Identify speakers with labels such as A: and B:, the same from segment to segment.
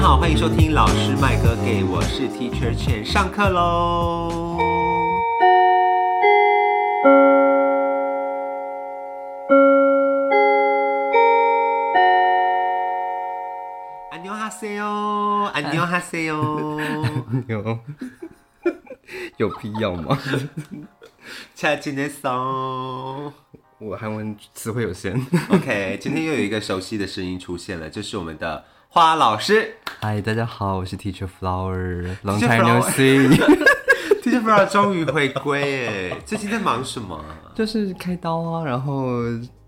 A: 好，欢迎收听老师麦哥给，我是 Teacher Chen，上课喽。안녕하세요안녕하세요
B: 有 有必要吗？
A: 차진했어
B: 我韩文词汇有限。
A: OK，今天又有一个熟悉的声音出现了，就是我们的花老师。
B: 嗨，大家好，我是 Teacher Flower，Long
A: Teacher
B: time no see。
A: Teacher Bra 终于回归耶！最近在忙什么啊？
B: 就是开刀啊，然后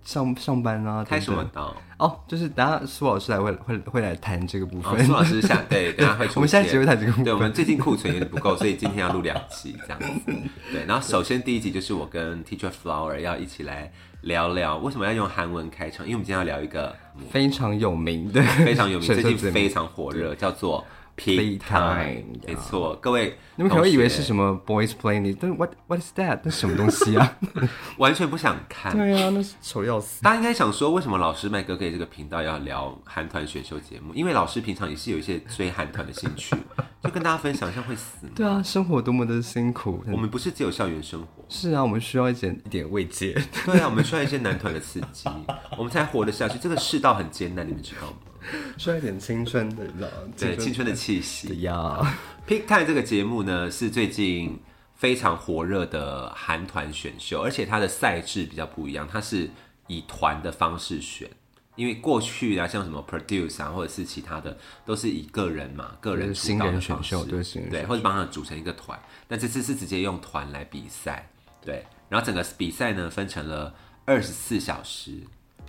B: 上上班啊，
A: 开什么
B: 等等？
A: 刀？
B: 哦，就是等下苏老师来会会会来谈这个部
A: 哦
B: 分。
A: 苏老师下 对，等一下会出现。
B: 我们下一集会谈这个部分
A: 对，我们最近库存有点不够，所以今天要录两集这样子。对，然后首先第一集就是我跟 Teacher Flower 要一起来聊聊为什么要用韩文开场，因为我们今天要聊一个
B: 非常有名的，
A: 非常 有名，最近
B: 神作之
A: 非常火热，叫做 Peak
B: Play Time，
A: Time。没错，
B: 啊
A: 各位同学，
B: 你们可能会以为是什么 Boys Play，你但 What What is that？那是什么东西啊？
A: 完全不想看。
B: 对啊，那是丑要死。
A: 大家应该想说，为什么老师麦哥给这个频道要聊韩团选秀节目？因为老师平常也是有一些追韩团的兴趣，就跟大家分享一下会 死吗？
B: 对啊，生活多么的辛苦。
A: 我们不是只有校园生活，
B: 是啊，我们需要一点一点慰藉。
A: 对啊，我们需要一些男团的刺 激，我们才活得下去。这个世道很艰难，你们知 道吗？
B: 需要一点青春的，你知道吗？
A: 对，青春的气
B: 的
A: 息。
B: 呀。
A: Pick Time 这个节目呢，是最近非常火热的韩团选秀，而且它的赛制比较不一样，它是以团的方式选。因为过去啊，像什么 Produce 啊，或者是其他的，都是以个人嘛，个人
B: 就是
A: 出道的
B: 新人选
A: 方式
B: 秀对新人
A: 对，或者帮他组成一个团。那这次是直接用团来比赛，对。然后整个比赛呢，分成了二十四小时，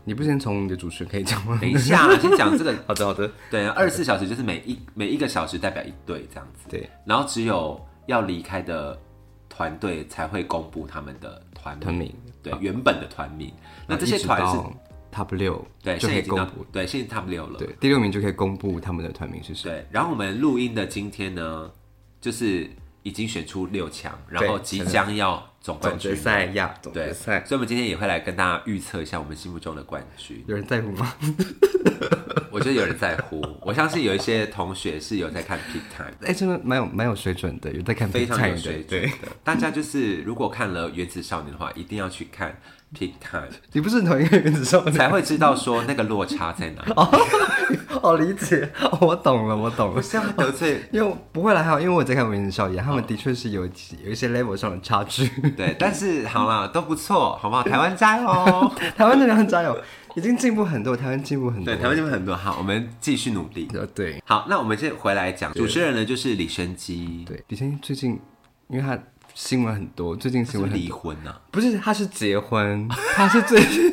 B: 你不先从你的主持人开始讲吗
A: 等？一下啊，先讲这个。
B: 好的，好的，
A: 对，二十四小时就是每一每一个小时代表一队这样子。
B: 对，
A: 然后只有要离开的团队才会公布他们的团
B: 团
A: 名，
B: 名。哦
A: 对，原本的团名。那这些团是，
B: Top 六，
A: 对，
B: 就
A: 现在
B: 可以
A: 已经
B: 公
A: 到
B: 布。
A: 对，现在 Top 六了。
B: 对，第六名就可以公布他们的团名是谁。
A: 对，然后我们录音的今天呢，就是已经选出六强，然后
B: 对
A: 即将要总冠军。
B: 赛呀，总
A: 对，所以我们今天也会来跟大家预测一下我们心目中的冠军。
B: 有人在乎吗？
A: 我觉得有人在乎，我相信有一些同学是有在看 Peak Time。
B: 哎，真的蛮有蛮有水准的，有在看
A: 非常有
B: Big Time
A: 水
B: 的。
A: 准
B: 对，
A: 的。大家就是如果看了《原子少年》的话，一定要去看 Peak Time，
B: 你不是同一个人，只 是我
A: 才会知道说那个落差在哪。
B: 哦，理解， 哦我懂了，我懂
A: 我
B: 了。
A: 现在得罪
B: 因为我不会啦，还好，因为我在看《文人少爷》，
A: 哦
B: 他们的确是有有一些 level 上的差距。
A: 对，但是好啦，都不错，好不好？台湾加 油！
B: 台湾的两加油，已经进步很多，台湾进步很多。
A: 对，台湾这边很多好，我们继续努力。
B: 呃，对，
A: 好，那我们现在回来讲，主持人呢就是李生基，
B: 对，李先最近，因为他新闻很多，最近
A: 是
B: 新
A: 不
B: 闻
A: 是
B: 很
A: 离婚啊呢、
B: 不是，他是结婚， 他是最近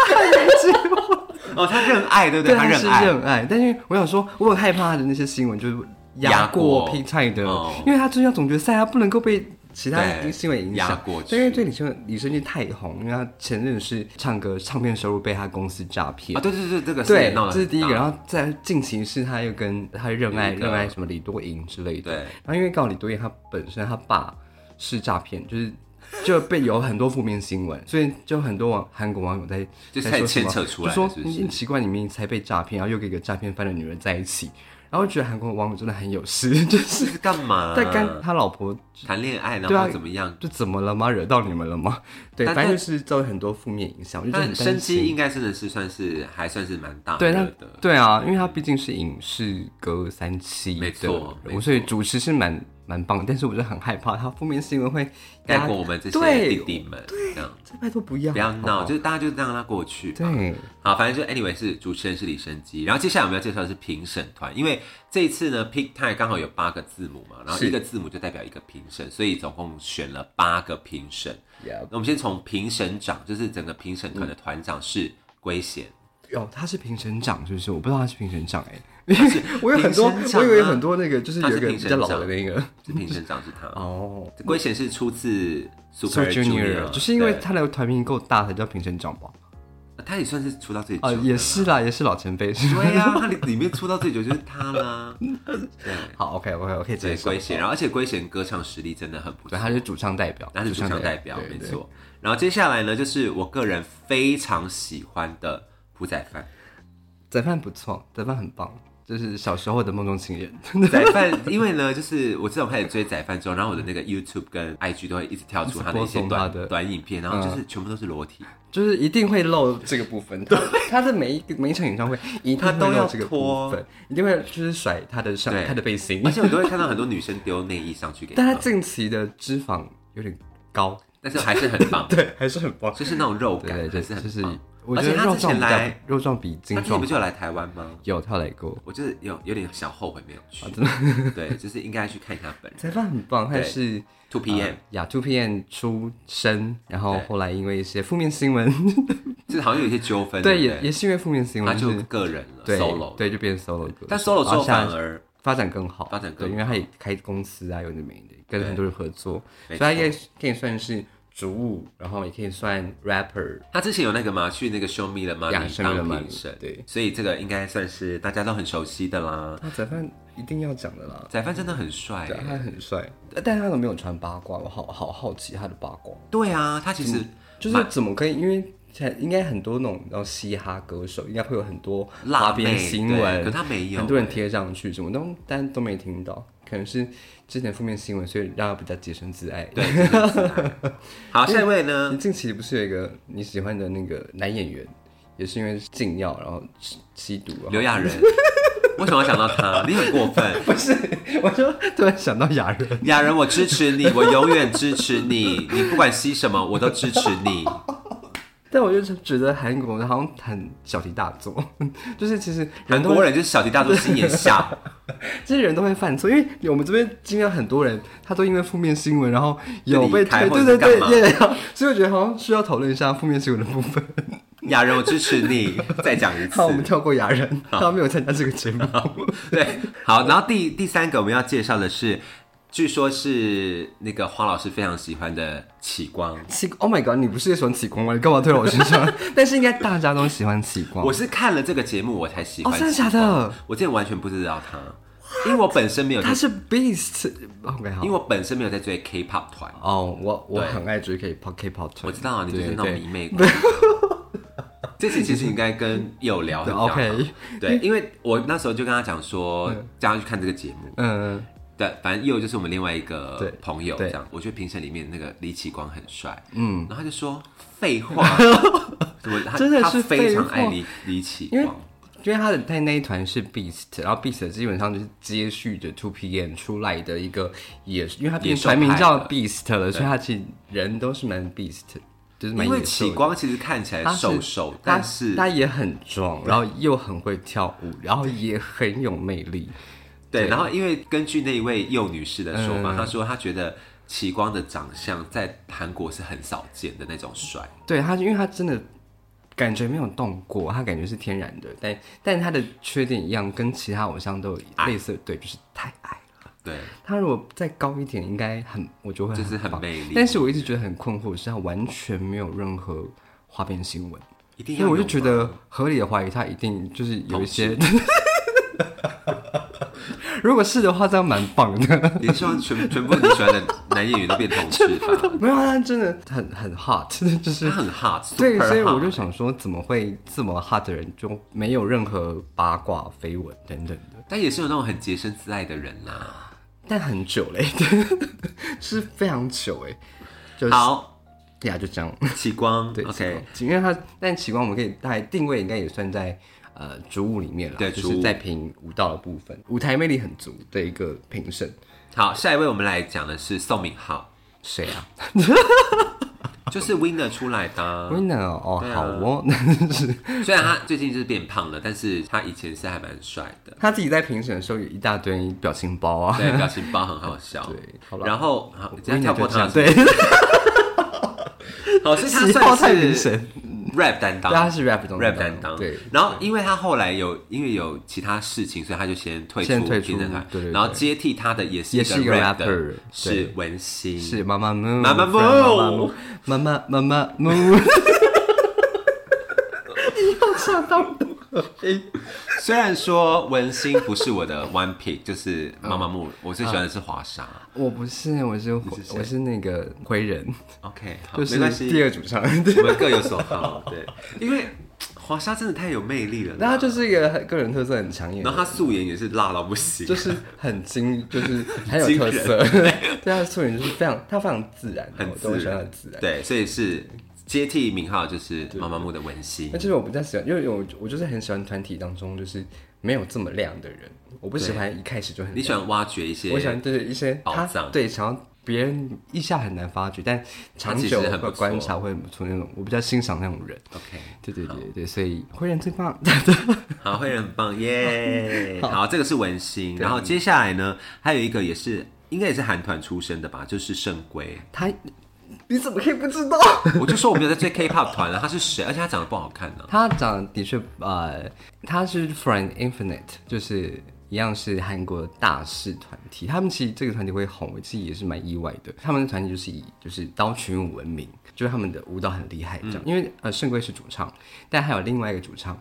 B: 他还没结婚，
A: 哦，他认爱，对不
B: 对，
A: 他
B: 他
A: 认
B: 是
A: 爱，
B: 认爱。但是我想说，我很害怕他的那些新闻就是
A: 压
B: 压过
A: 过
B: P 菜的
A: 哦，
B: 因为他最近要总决赛，他不能够被其他
A: 对
B: 新闻影
A: 压
B: 响
A: 过。
B: 但因为
A: 去
B: 对李胜李胜俊太红，因为他前任是唱歌唱片收入被他公司诈骗
A: 啊，。对对对，这个
B: 对
A: 是闹，了，
B: 这是第一个，然后再近期是他又跟他热爱
A: 有一个
B: 热爱什么李多银之类的，
A: 对
B: 然后因为告李多燕他本身他爸是诈骗，就是就被有很多负面新闻， 所以就很多网韩国网友在
A: 就
B: 在
A: 开始
B: 说什么
A: 牵扯出来了
B: 就说
A: 是不是
B: 你你奇怪你明明才被诈骗，然后又跟一个诈骗犯的女人在一起，然后觉得韩国网友真的很有事， 就
A: 这
B: 是
A: 是干嘛？
B: 在跟他老婆
A: 谈恋爱，然
B: 对啊
A: 后怎么样？
B: 就怎么了吗？惹 到你们了吗？对，
A: 但
B: 反正就是造成很多负面影响，我就觉得
A: 但
B: 很
A: 生
B: 担
A: 机
B: 心。
A: 应该真的是算是还算是蛮大
B: 对，
A: 热
B: 那
A: 的。
B: 对啊，因为他毕竟是影视隔三期的
A: 没错没
B: 人物，所以主持是蛮蛮棒的，但是我就很害怕他负面新闻会
A: 带
B: 压
A: 过我们这些
B: 对
A: 弟弟们，这样
B: 这拜托不要，
A: 不要
B: 好
A: 闹，
B: 好
A: 就是大家就让他过去。
B: 对，
A: 好，反正就 anyway 是主持人是李生基，然后接下来我们要介绍的是评审团，因为这一次呢，pick time 刚好有八个字母嘛，然后
B: 是
A: 一个字母就代表一个评审，所以总共选了八个评审。
B: 呀，
A: 那我们先从评审长，就是整个评审团的团长是圭贤，
B: 哟，哦他是评审长是不是？我不知道他是评审长哎， 我有很多
A: 评审，长啊
B: 我以为有很多那个就是
A: 他是
B: 有一个
A: 评
B: 比
A: 审
B: 较
A: 长啊
B: 老的那个
A: 是评审长是他。
B: 哦
A: 圭贤是出自
B: s o
A: Super 啊
B: Junior，就是因为
A: 对
B: 他的团名够大才叫评审长吧？
A: 他也算是出道最久
B: 啊，
A: 的
B: 也是啦，也是老前辈 是吧。
A: 对啊呀、它里里面出道最久就是他 啦。对
B: 好，OK，OK，我可以接
A: 对，
B: 受
A: 圭。贤，然后而且圭贤歌唱实力真的很不错
B: 对，，他是主唱代表，
A: 他是主唱代表，
B: 对
A: 没。
B: 对
A: 错。然后接下来呢，就是我个人非常喜欢的朴宰范，
B: 仔饭不错，仔饭很棒。就是小时候的梦中情人。
A: 仔饭，因为呢，就是我自从开始追仔饭之后，然后我的那个 YouTube 跟 IG 都会一直跳出他的一些
B: 一直播送他
A: 短
B: 的嗯
A: 短影片，然后就是全部都是裸 体，
B: 就是一定会漏这个部分。 对，他的每一个每一场演唱会，一定
A: 他都
B: 会
A: 要
B: 漏这个部
A: 脱
B: 分，一定会就是甩他的上
A: 对
B: 他的背心
A: 而。且我都会看到很多女生丢内衣上去给
B: 但
A: 他
B: 他，近期的脂肪有点高，
A: 但是还是很棒，
B: 对，还是很棒。
A: 就是那种肉感
B: 对对
A: 还
B: 对，
A: 是
B: 就
A: 很
B: 是
A: 棒。
B: 我
A: 而
B: 觉
A: 且
B: 得
A: 他
B: 肉
A: 之
B: 壮
A: 前
B: 比较
A: 来
B: 肉壮比
A: 他
B: 精
A: 之前
B: 壮
A: 不就有来台湾吗？
B: 有他来过，
A: 我就是有有点小后悔没有
B: 啊
A: 去，对，就是应该去看一下 本人。
B: 才饭很棒，他
A: 对
B: 也是呃
A: Two PM，、
B: 雅 Two PM 出身，然后
A: 对
B: 后来因为一些负面新闻，
A: 就是好像有一些纠纷，
B: 对，
A: 不
B: 也也是因为负面新
A: 他
B: 闻，
A: 就是个人了
B: 对
A: ，solo，
B: 对，就变成 solo 歌手，
A: 但 solo 之
B: 然
A: 后
B: 现在
A: 反而
B: 发展更好，
A: 发展更好
B: 对，因为他也开公司啊，有的没的，跟
A: 对
B: 很多人合作，所
A: 没
B: 以他应该可以算是主舞，然后也可以算 rapper，
A: 他之前有那个嘛，去那个 Show Me 了吗？
B: 呀
A: 你
B: Show
A: 当
B: Me the
A: 评
B: Money，
A: 审，
B: 对
A: 所以这个应该算是大家都很熟悉的啦。
B: 他早饭一定要讲的啦，
A: 仔饭真的很帅、
B: 对，
A: 欸，
B: 他很帅，呃但他怎么没有穿八卦？我好好好奇他的八卦，
A: 对啊，他其实
B: 就是怎么可以？因为才应该很多那种然后嘻哈歌手，应该会有很多花
A: 辣
B: 边
A: 妹
B: 新
A: 对
B: 闻，
A: 可他没有
B: 很多人贴上去，什么都但都没听到，可能是之前负面新闻，所以让他比较洁身自爱。对，
A: 好，下一位呢？
B: 你近期不是有一个你喜欢的那个男演员，也是因为禁药，然后吸吸毒啊？
A: 刘亚仁。为什么要想到他？你很过分，
B: 不是，我就突然想到雅人，
A: 雅人，我支持你，我永远支持你，你不管吸什么，我都支持你。
B: 但我就是觉得韩国好像很小题大做， 就是其实
A: 韩
B: 人都
A: 国人就是小题大做，心眼小。
B: 这些人都会犯错，因为我们这边经常很多人，他都因为负面新闻，然后有被
A: 就离开
B: 推，
A: 或者
B: 对
A: 是
B: 对对
A: 干嘛
B: 对，对所以我觉得好像需要讨论一下负面新闻的部分。
A: 雅人，我支持你。再讲一次
B: 好，我。们跳过雅人，他没有参加这个节目。
A: 对，好，然后第第三个我们要介绍的是，据说是那个花老师非常喜欢的启光。
B: 起，Oh my god，你不是也喜欢起光吗？你干嘛推到我身上？ 但是应该大家都喜欢起光
A: 我。是看了这个节目我才喜欢
B: 哦
A: 启光、
B: 真的假的
A: 我之前完全不知道他，因为我本身没有在
B: 他，是 Beast，OK 好
A: 因为。我本身没有在追 K-pop 团。
B: 哦，我我很爱追 K-pop K-pop
A: 我
B: 团
A: 知道啊，你就是
B: 对
A: 那种迷
B: 对
A: 妹 款。这次其实应该跟有聊很
B: 对
A: 像啊
B: OK
A: 对，因为我那时候就跟他讲说，叫他去看这个节目。
B: 嗯，
A: 对，反正又就是我们另外一个
B: 对
A: 朋友这
B: 对
A: 样，我觉得评审里面那个李启光很帅，嗯，然后他就说废 话，怎么他
B: 真的
A: 他
B: 是
A: 非常
B: 废话
A: 爱李李启
B: 因为
A: 光，
B: 因为他的他那一团是 Beast，然后 Beast 基本上就是接续着 Two PM 出来的一个野，因为他
A: 野
B: 变
A: 兽
B: 团名
A: 派
B: 叫
A: 的
B: Beast 了，所以他其实人都是蛮 Beast，就是蛮
A: 因为
B: 野
A: 启
B: 兽的。
A: 光其实看起来
B: 他是
A: 瘦瘦，
B: 他
A: 但是
B: 他也很壮，然后又很会跳舞，然后也很有魅力。
A: 对，
B: 对嗯
A: 然后因为根据那一位幼女士的说法，她说她觉得启光的长相在韩国是很少见的那种帅，
B: 对他，因为他真的感觉没有动过，他感觉是天然的，但但他的缺点一样，跟其他偶像都有类似的，对，就是太矮了。
A: 对，
B: 他如果再高一点，应该很，我就会
A: 就是很
B: 棒
A: 魅力
B: 嗯但是我一直觉得很困惑，是他完全没有任何花边新闻，
A: 一定
B: 所
A: 要有
B: 以
A: 吗，
B: 我就觉得合理的怀疑他一定就是有一些。 如果是的话，这样蛮棒的。
A: 你希望全全部你喜欢的男演员都变同事吧，
B: 没有，他 真的很很 hot，真的就是
A: 他很 hot，
B: 对，
A: super
B: 所以我
A: hot
B: 就想说，怎么会这么 hot 的人就没有任何八卦、绯闻等等的？
A: 但也是有那种很洁身自爱的人啦、
B: 但很久嘞，是非常久哎，就是
A: 好，
B: 呀，就这 样。
A: 启光，
B: 对
A: OK，
B: 奇光因为他但奇光我们可以大概定位应该也算在呃主舞里面了，
A: 对
B: 就
A: 主舞
B: 是在评舞蹈的部分，舞台魅力很足的一个评审。
A: 好，下一位我们来讲的是宋敏 浩，
B: 谁啊
A: 就是 Winner 出来的 啊、
B: ？Winner 哦，
A: 对啊
B: 哦好哦， 那是
A: 虽然他最近就是变胖了，但是他以前是还蛮帅的，
B: 他自己在评审的时候有一大堆表情包啊。
A: 对，表情包很好笑。
B: 对好啦
A: 然后好， 这样
B: Winner
A: 跳过
B: 就这
A: 他
B: 样，，对，
A: 好，所以他
B: 喜好太
A: 算
B: 明
A: 是
B: 显。
A: rap 担
B: 对，他
A: 当。
B: 是 rap 担
A: rap 担当，
B: 对，
A: 然后因为他后来有因为有其他事情，所以他就先退出
B: 先退出
A: 评审团，
B: 对对对
A: 然后接替他的也是
B: 也是一个
A: rap 的
B: rapper，
A: 是文心，
B: 是妈妈木，
A: 妈妈木
B: 妈妈妈妈 木。你要唱到
A: 虽然说文心不是我的 one pick，就是
B: 嗯
A: 妈妈木，我最喜欢的是华沙。
B: 我不是，我是回
A: 谁
B: 我是那个灰人，
A: OK，好，
B: 就
A: 没关
B: 是
A: 系，
B: 第二主唱。
A: 我们各有所好。对，因为华莎真的太有魅力了啦，
B: 那他就是一个很个人特色很强烈的
A: 然后
B: 人，
A: 她素颜也是辣到不行，
B: 就是很精，就是很有
A: 惊
B: 特
A: 人
B: 色。 对他的素颜就是非常，他非常自然，啊
A: 很
B: 我
A: 自
B: 都会喜欢
A: 然
B: 很自然。
A: 对，所以是接替名号就是妈妈木的文心
B: 那，就是我比较喜欢，因为我我就是很喜欢团体当中就是没有这么亮的人，我不喜
A: 对
B: 欢一开始就很
A: 你喜欢挖掘一些，
B: 我喜欢对一些
A: 宝
B: 他
A: 藏
B: 对想要别人一下很难发掘，但长
A: 其
B: 久
A: 实很不
B: 和
A: 错哦
B: 观察会很不错那种，我比较欣赏那种人。
A: OK，
B: 对对对对，所以会人最棒。
A: 好，会很棒耶！好，这个是文心，然后接下来呢，还有一个也是应该也是韩团出身的吧，就是圣圭。
B: 他你怎么可以不知道？
A: 我就说我没有在追 K-pop 团了，他是谁？而且他长得不好看呢、
B: 他长得的确呃，他是 Friend Infinite，就是一样是韩国大势团体。他们其实这个团体会红，我自己也是蛮意外的。他们的团体就是以就是刀群舞闻名，就是他们的舞蹈很厉害这样。因为呃圣圭是主唱，但还有另外一个主唱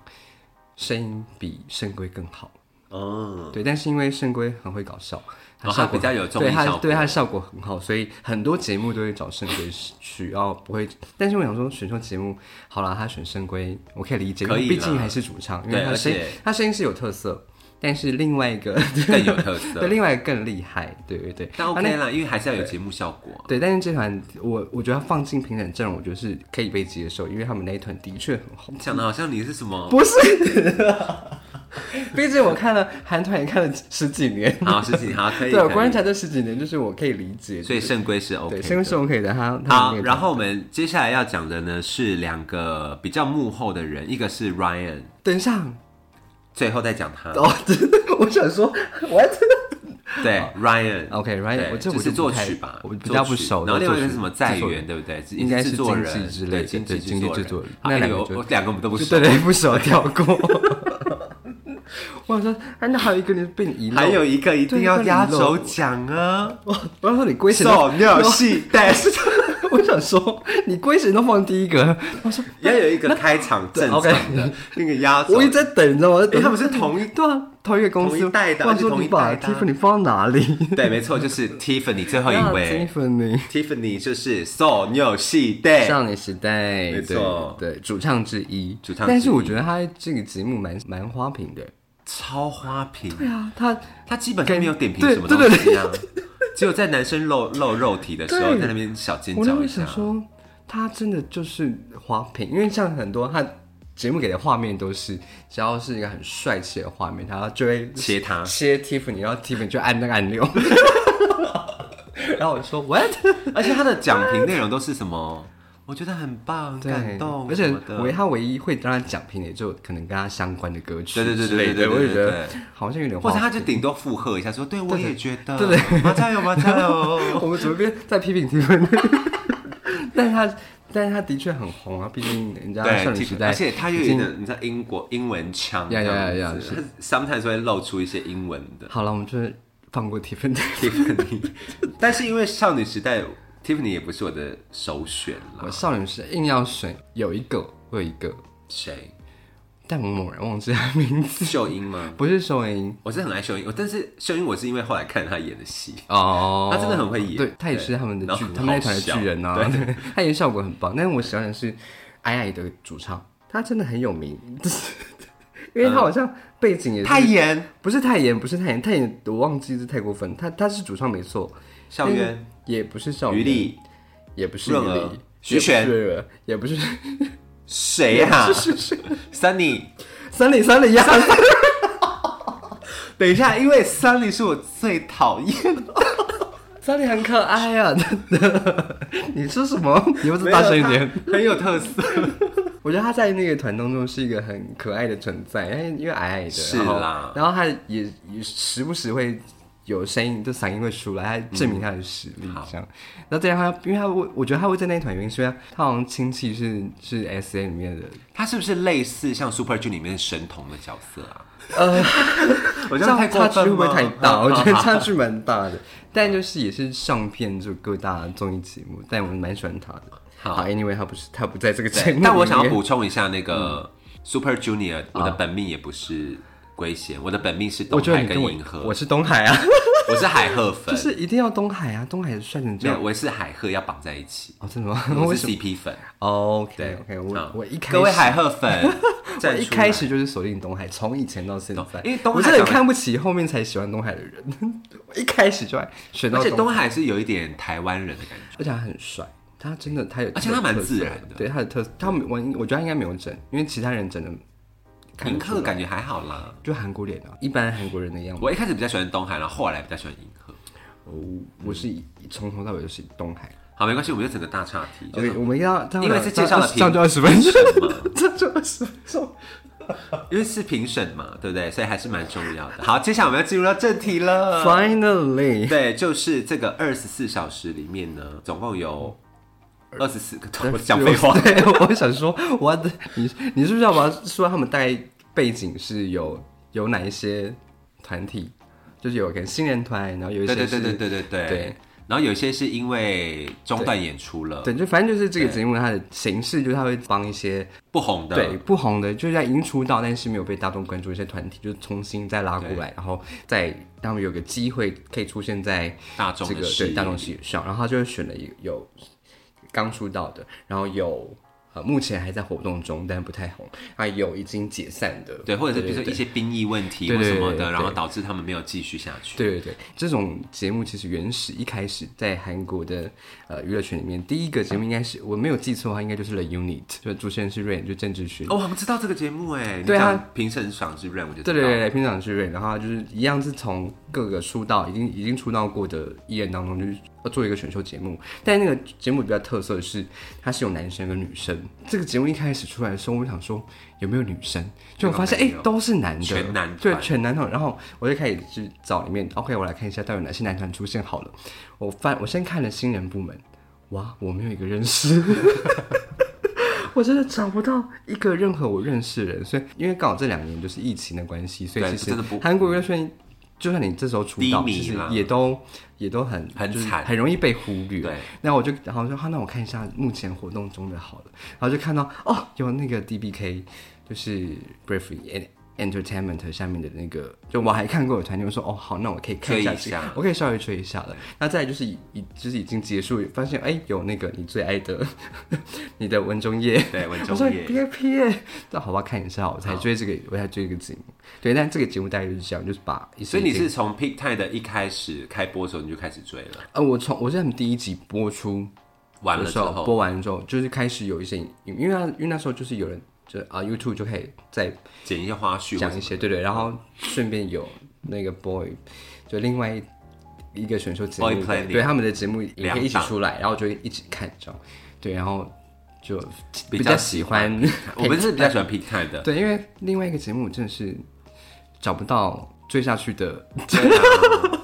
B: 声音比圣圭更好。
A: 哦，
B: 对，但是因为圣龟很会搞笑，
A: 哦
B: 效
A: 他
B: 果
A: 比较有
B: 很
A: 综
B: 对
A: 艺
B: 他
A: 效果
B: 对他效果很好，所以很多节目都会找圣龟去，然后不会。但是我想说，选秀节目好啦，他选圣龟，我可以理解，因
A: 可
B: 为
A: 以
B: 毕竟
A: 啦
B: 还是主唱，因
A: 对
B: 为他
A: 而
B: 声音
A: 且
B: 他声音是有特色，但是另外一个
A: 更有特
B: 对
A: 色。
B: 另外一个更厉害，对对对。
A: 但
B: 啊那
A: OK 啦，因为还是要有节目效果啊。
B: 对，但是这团我我觉得他放进评审阵容，我觉得是可以被接受，因为他们那一团的确很红。
A: 讲的好像你是什么？
B: 不是，毕竟我看了韩团也看了十几年，
A: 好，事情好可以。
B: 对，我
A: 可以
B: 观察这十几年，就是我可以理解，
A: 所以
B: 就是
A: 圣龟是
B: 对，
A: OK
B: 生
A: 的。
B: 是 OK 的。他他
A: 好，然后我们接下来要讲的呢是两个比较幕后的人，一个是 Ryan，
B: 等一下，
A: 最后再讲他。
B: 哦， 真的，我想说，我还真的
A: 对，Ryan。
B: OK，Ryan，
A: 对
B: 我这我
A: 就是
B: 就
A: 作
B: 不太
A: 曲吧，
B: 我比较不
A: 作曲
B: 熟。
A: 然后另外一个是什
B: 作
A: 么
B: 曲
A: 在
B: 制作
A: 源，
B: 人
A: 对不对？
B: 应该是
A: 制作
B: 经济
A: 人
B: 之类的
A: 对经
B: 对经济
A: 制
B: 制作人
A: 好
B: 那
A: 哎
B: 两个
A: 呦
B: 就
A: 我两个我们都不
B: 就
A: 熟。
B: 对对，不熟跳过。 我想说，哎，那还有一个你被你遗漏，
A: 还有一个一定要
B: 对
A: 压
B: 那个遗漏
A: 轴讲啊，
B: 我想说你龟神
A: 手尿 系带，
B: 我想说你龟神都放第一个，我说
A: 要有一个开场正常的那个压轴
B: 我一。直在等，你知道吗？我在
A: 哎，
B: 等
A: 他们是同一
B: 对啊，同一个公司，
A: 同一代的
B: 我
A: 而
B: 想
A: 且
B: 说
A: 同
B: 你
A: 一
B: 把
A: 代的啊
B: Tiffany 放到哪里？
A: 对，没错，就是 Tiffany 最后 一位
B: Tiffany。
A: ，Tiffany 就是手尿系带。
B: 少年时代，
A: 没错
B: 对，对主唱之一，
A: 主唱之一
B: 但是我觉得他这个节目蛮蛮花瓶的，
A: 超花瓶，
B: 对啊，他
A: 他基本上没有点评
B: 对
A: 什么
B: 对
A: 东
B: 对
A: 西啊，只有在男生露露肉体的时候，
B: 对
A: 在那边小尖
B: 我那
A: 叫一
B: 会
A: 下
B: 想。说，他真的就是花瓶，因为像很多他节目给的画面都是，只要是一个很帅气的画面，他就会
A: 切他
B: 切 Tiffany，然后 Tiffany 就按那个 按钮，然后我就说 What？
A: 而
B: 哎
A: 且他的讲评内容都是什么？我觉得很棒，很感动，
B: 而且
A: 什么的
B: 唯他唯一会让他讲评的，就可能跟他相关的歌曲
A: 对对对
B: 之类
A: 对对
B: 的，我
A: 对
B: 就觉
A: 对
B: 得
A: 对
B: 好像有点
A: 或
B: 花
A: 者他就顶多附和一下，说：“对，我也觉得，
B: 对
A: 对，马加油，马加 油。
B: 我们怎么变在批评提问？ 但是他，但是他的确很红啊，毕竟人”家少女时
A: 对，
B: 代，
A: 而且他又有
B: 已
A: 一
B: 经
A: 点，你知道英国英文腔这
B: 呀呀呀
A: 样
B: 呀
A: 子，他 sometimes 会露出一些英文的
B: 好了，我们就是放过 Tiffany。
A: Tiffany，但
B: 嗯
A: 是因为少女时代 Tiffany 也不是我的首选啦
B: 我，少女时代硬要选有一个，我有一个，
A: 谁？
B: 但我猛然忘记他名字，
A: 秀英 吗？
B: 不是收银
A: 我是很爱秀英，我但是秀英我是因为后来看她演的戏，
B: 哦
A: 她真的很会演
B: 对他也是他们的
A: 对
B: 巨
A: 然，后
B: 他们
A: 很
B: 那
A: 好
B: 团的
A: 笑
B: 巨人啊，对， 他演效果很棒。但是我喜欢的是矮矮的主唱，他真的很有名， 因为他好像背景也是
A: 太妍、
B: 不是泰妍，不是泰妍，泰妍我忘记是太过分，他他是主唱没错，
A: 校园、
B: 也不是少
A: 余
B: 年，
A: 力，
B: 也不是
A: 润
B: 余
A: 儿
B: 力
A: 徐玄，啊
B: 也不是也不是
A: 谁呀、
B: 是是
A: Sunny，
B: 三里三里呀，
A: 等一下，因为 Sunny 是我最讨厌的。
B: 三里很可爱啊， 真的。你说什么？你又是 大声一点。，
A: 很有特色。
B: 我觉得他在那个团当中是一个很可爱的存在，因为因为矮矮的，
A: 是
B: 然后
A: 啦
B: 然后他也也时不时会有声音，就嗓音会出来，他证明他的实力
A: 嗯好
B: 这样。然后这样他，因为他我我觉得他会在那一团原因是因为他好像亲戚是是 S A 里面的，
A: 他是不是类似像 Super Junior 里面神童的角色啊？
B: 呃，
A: 我这样太过
B: 差距
A: 分
B: 会不
A: 吗
B: 会太 大？我觉得
A: 好好
B: 差距蛮大的，但就是也是上片就各大综艺节目，但我蛮喜欢他的。
A: 好
B: ，Anyway，他不是他不在这个 嗯节目里面，
A: 但我想要补充一下，那个 Super Junior，我的本命也不是龟贤，我的本命是
B: 哦我
A: 东
B: 觉得
A: 海
B: 你
A: 跟
B: 跟我
A: 银河
B: 我。是东海啊，
A: 我是海鹤
B: 就
A: 粉，
B: 是一定要东海啊，东海帅成这
A: 没有，
B: 样。
A: 我是海鹤要绑在一 起，
B: 哦，真的吗？
A: 我
B: 为
A: 是
B: 什么
A: CP 粉。
B: ？OK
A: 对
B: OK，我
A: 好
B: 我一开
A: 各位
B: 始
A: 海鹤 粉，
B: 我
A: 站
B: 一
A: 出
B: 开
A: 来
B: 始就是锁定东海，从以前到现在，
A: 因为东海
B: 我真的
A: 长得
B: 看不起后面才喜欢东海的人， 我一开始就爱选到
A: 而且
B: 东
A: 东海是有一点台湾人的感觉，
B: 而且他很帅，他真的他有，
A: 而且他蛮自然的
B: 对他的特色，他我我觉得他应该没有整，因为其他人整的看
A: 银
B: 得出
A: 鹤
B: 来，
A: 感觉还好啦。
B: 就韩国脸啊，一般韩国人的样子。
A: 我一开始比较喜欢东海，然后后来比较喜欢银河。
B: 我我是以从头到尾都是以东海。
A: 好，没关系，我们就整个大岔题，就是
B: OK，我们要
A: 因为是介绍了
B: 呃这样就二十分钟， 这样就二十分钟。
A: 因为是评审嘛，对不对？所以还是蛮重要的。好，接下来我们要进入到正题了。
B: Finally，，
A: 对，就是这个二十四小时里面呢，总共有二十四个。我讲废话
B: 对，我想说，我的你你是不是要把说他们大概背景是有有哪一些团体？就是有可能新人团，然后有一
A: 对
B: 些
A: 对对
B: 是
A: 对对对对。
B: 对
A: 然后有些是因为中断演出了，
B: 对，就反正就是这个节目它的形式，就是它会帮一些
A: 不红的，
B: 对不红的，就是在已经出道但是没有被大众关注的一些团体，就重新再拉过来，然后再让他们有个机会可以出现在
A: 大众
B: 这
A: 的
B: 个
A: 视
B: 对
A: 野
B: 大众视野上。然后他就选了一有刚出道的，然后有呃目前还在活动中但不太红，还有已经解散的，
A: 对，或者是比如
B: 对
A: 说一些兵役问题
B: 对
A: 或
B: 对
A: 什么
B: 对对
A: 的，
B: 对
A: 然后导致他们没有继续下去。
B: 对对对，这种节目其实原始一开始在韩国的呃娱乐圈里面，第一个节目应该是我没有记错的话，应该就是 The Unit，就主持人是 Rain，就郑智薰。
A: 哦，我们知道这个节目哎，
B: 对啊
A: 你讲评审赏是不然我就知道
B: 对对对对，平常是 Rain，然后就是一样是从各个出道已经已经出道过的艺人当中，就是要做一个选秀节目。但那个节目比较特色的是，它是有男生跟女生。这个节目一开始出来的时候，我想说有没有女生，就我发现哎、
A: 没有
B: 诶都是男的，
A: 全男团
B: 对全男团。然后我就开始去找里面，OK，我来看一下到底有哪些男团出现好了。我翻我先看了新人部门，哇，我没有一个认识。我真的找不到一个任何我认识的人，所以因为刚好这两年就是疫情的关系，所以
A: 对
B: 其
A: 这真
B: 实
A: 的不
B: 韩国娱乐圈，就算你这时候出道，
A: 低迷
B: 其实
A: 啦
B: 也都也都很
A: 很
B: 就是
A: 惨
B: 很容易被忽略。
A: 对，
B: 那我就然后说，好、那我看一下目前活动中的好了，然后就看到哦，有那个 DBK，就是 Briefly and。Entertainment 下面的那个，就我还看过有团体，我说哦好，那我可以看一下
A: 追一
B: 这个
A: 下，
B: 我可以稍微追一下了。那再来就是已已就是已经结束，发现哎、有那个你最爱的 你的文中业，
A: 对文
B: 我说
A: 中
B: 你
A: 业，
B: 别撇，那好吧，看一下，我才追这个，我才追这个节目。对，但这个节目大概就是这样，就是把一些
A: 所以你是从 Peak Time 的一开始开播的时候你就开始追了，
B: 呃，我从我是他们第一集播出
A: 完了
B: 的
A: 之
B: 时候，
A: 后，
B: 播完之后就是开始有一些影，因为那因为那时候就是有人就啊 YouTube 就可以在
A: 剪一些花絮或
B: 讲
A: 者
B: 一些对对，然后顺便有那个 boy 就另外一个选秀节
A: Boy
B: 目
A: Planet
B: 对他们的节目也可以一
A: 两
B: 起
A: 档
B: 出来，然后就会一起看这样，对，然后就
A: 比
B: 比
A: 较
B: 较
A: 喜
B: 喜欢
A: 我们是比较喜欢 Peak Time 的，
B: 对，因为另外一个节目我真的是找不到追下去的，
A: 嗯对啊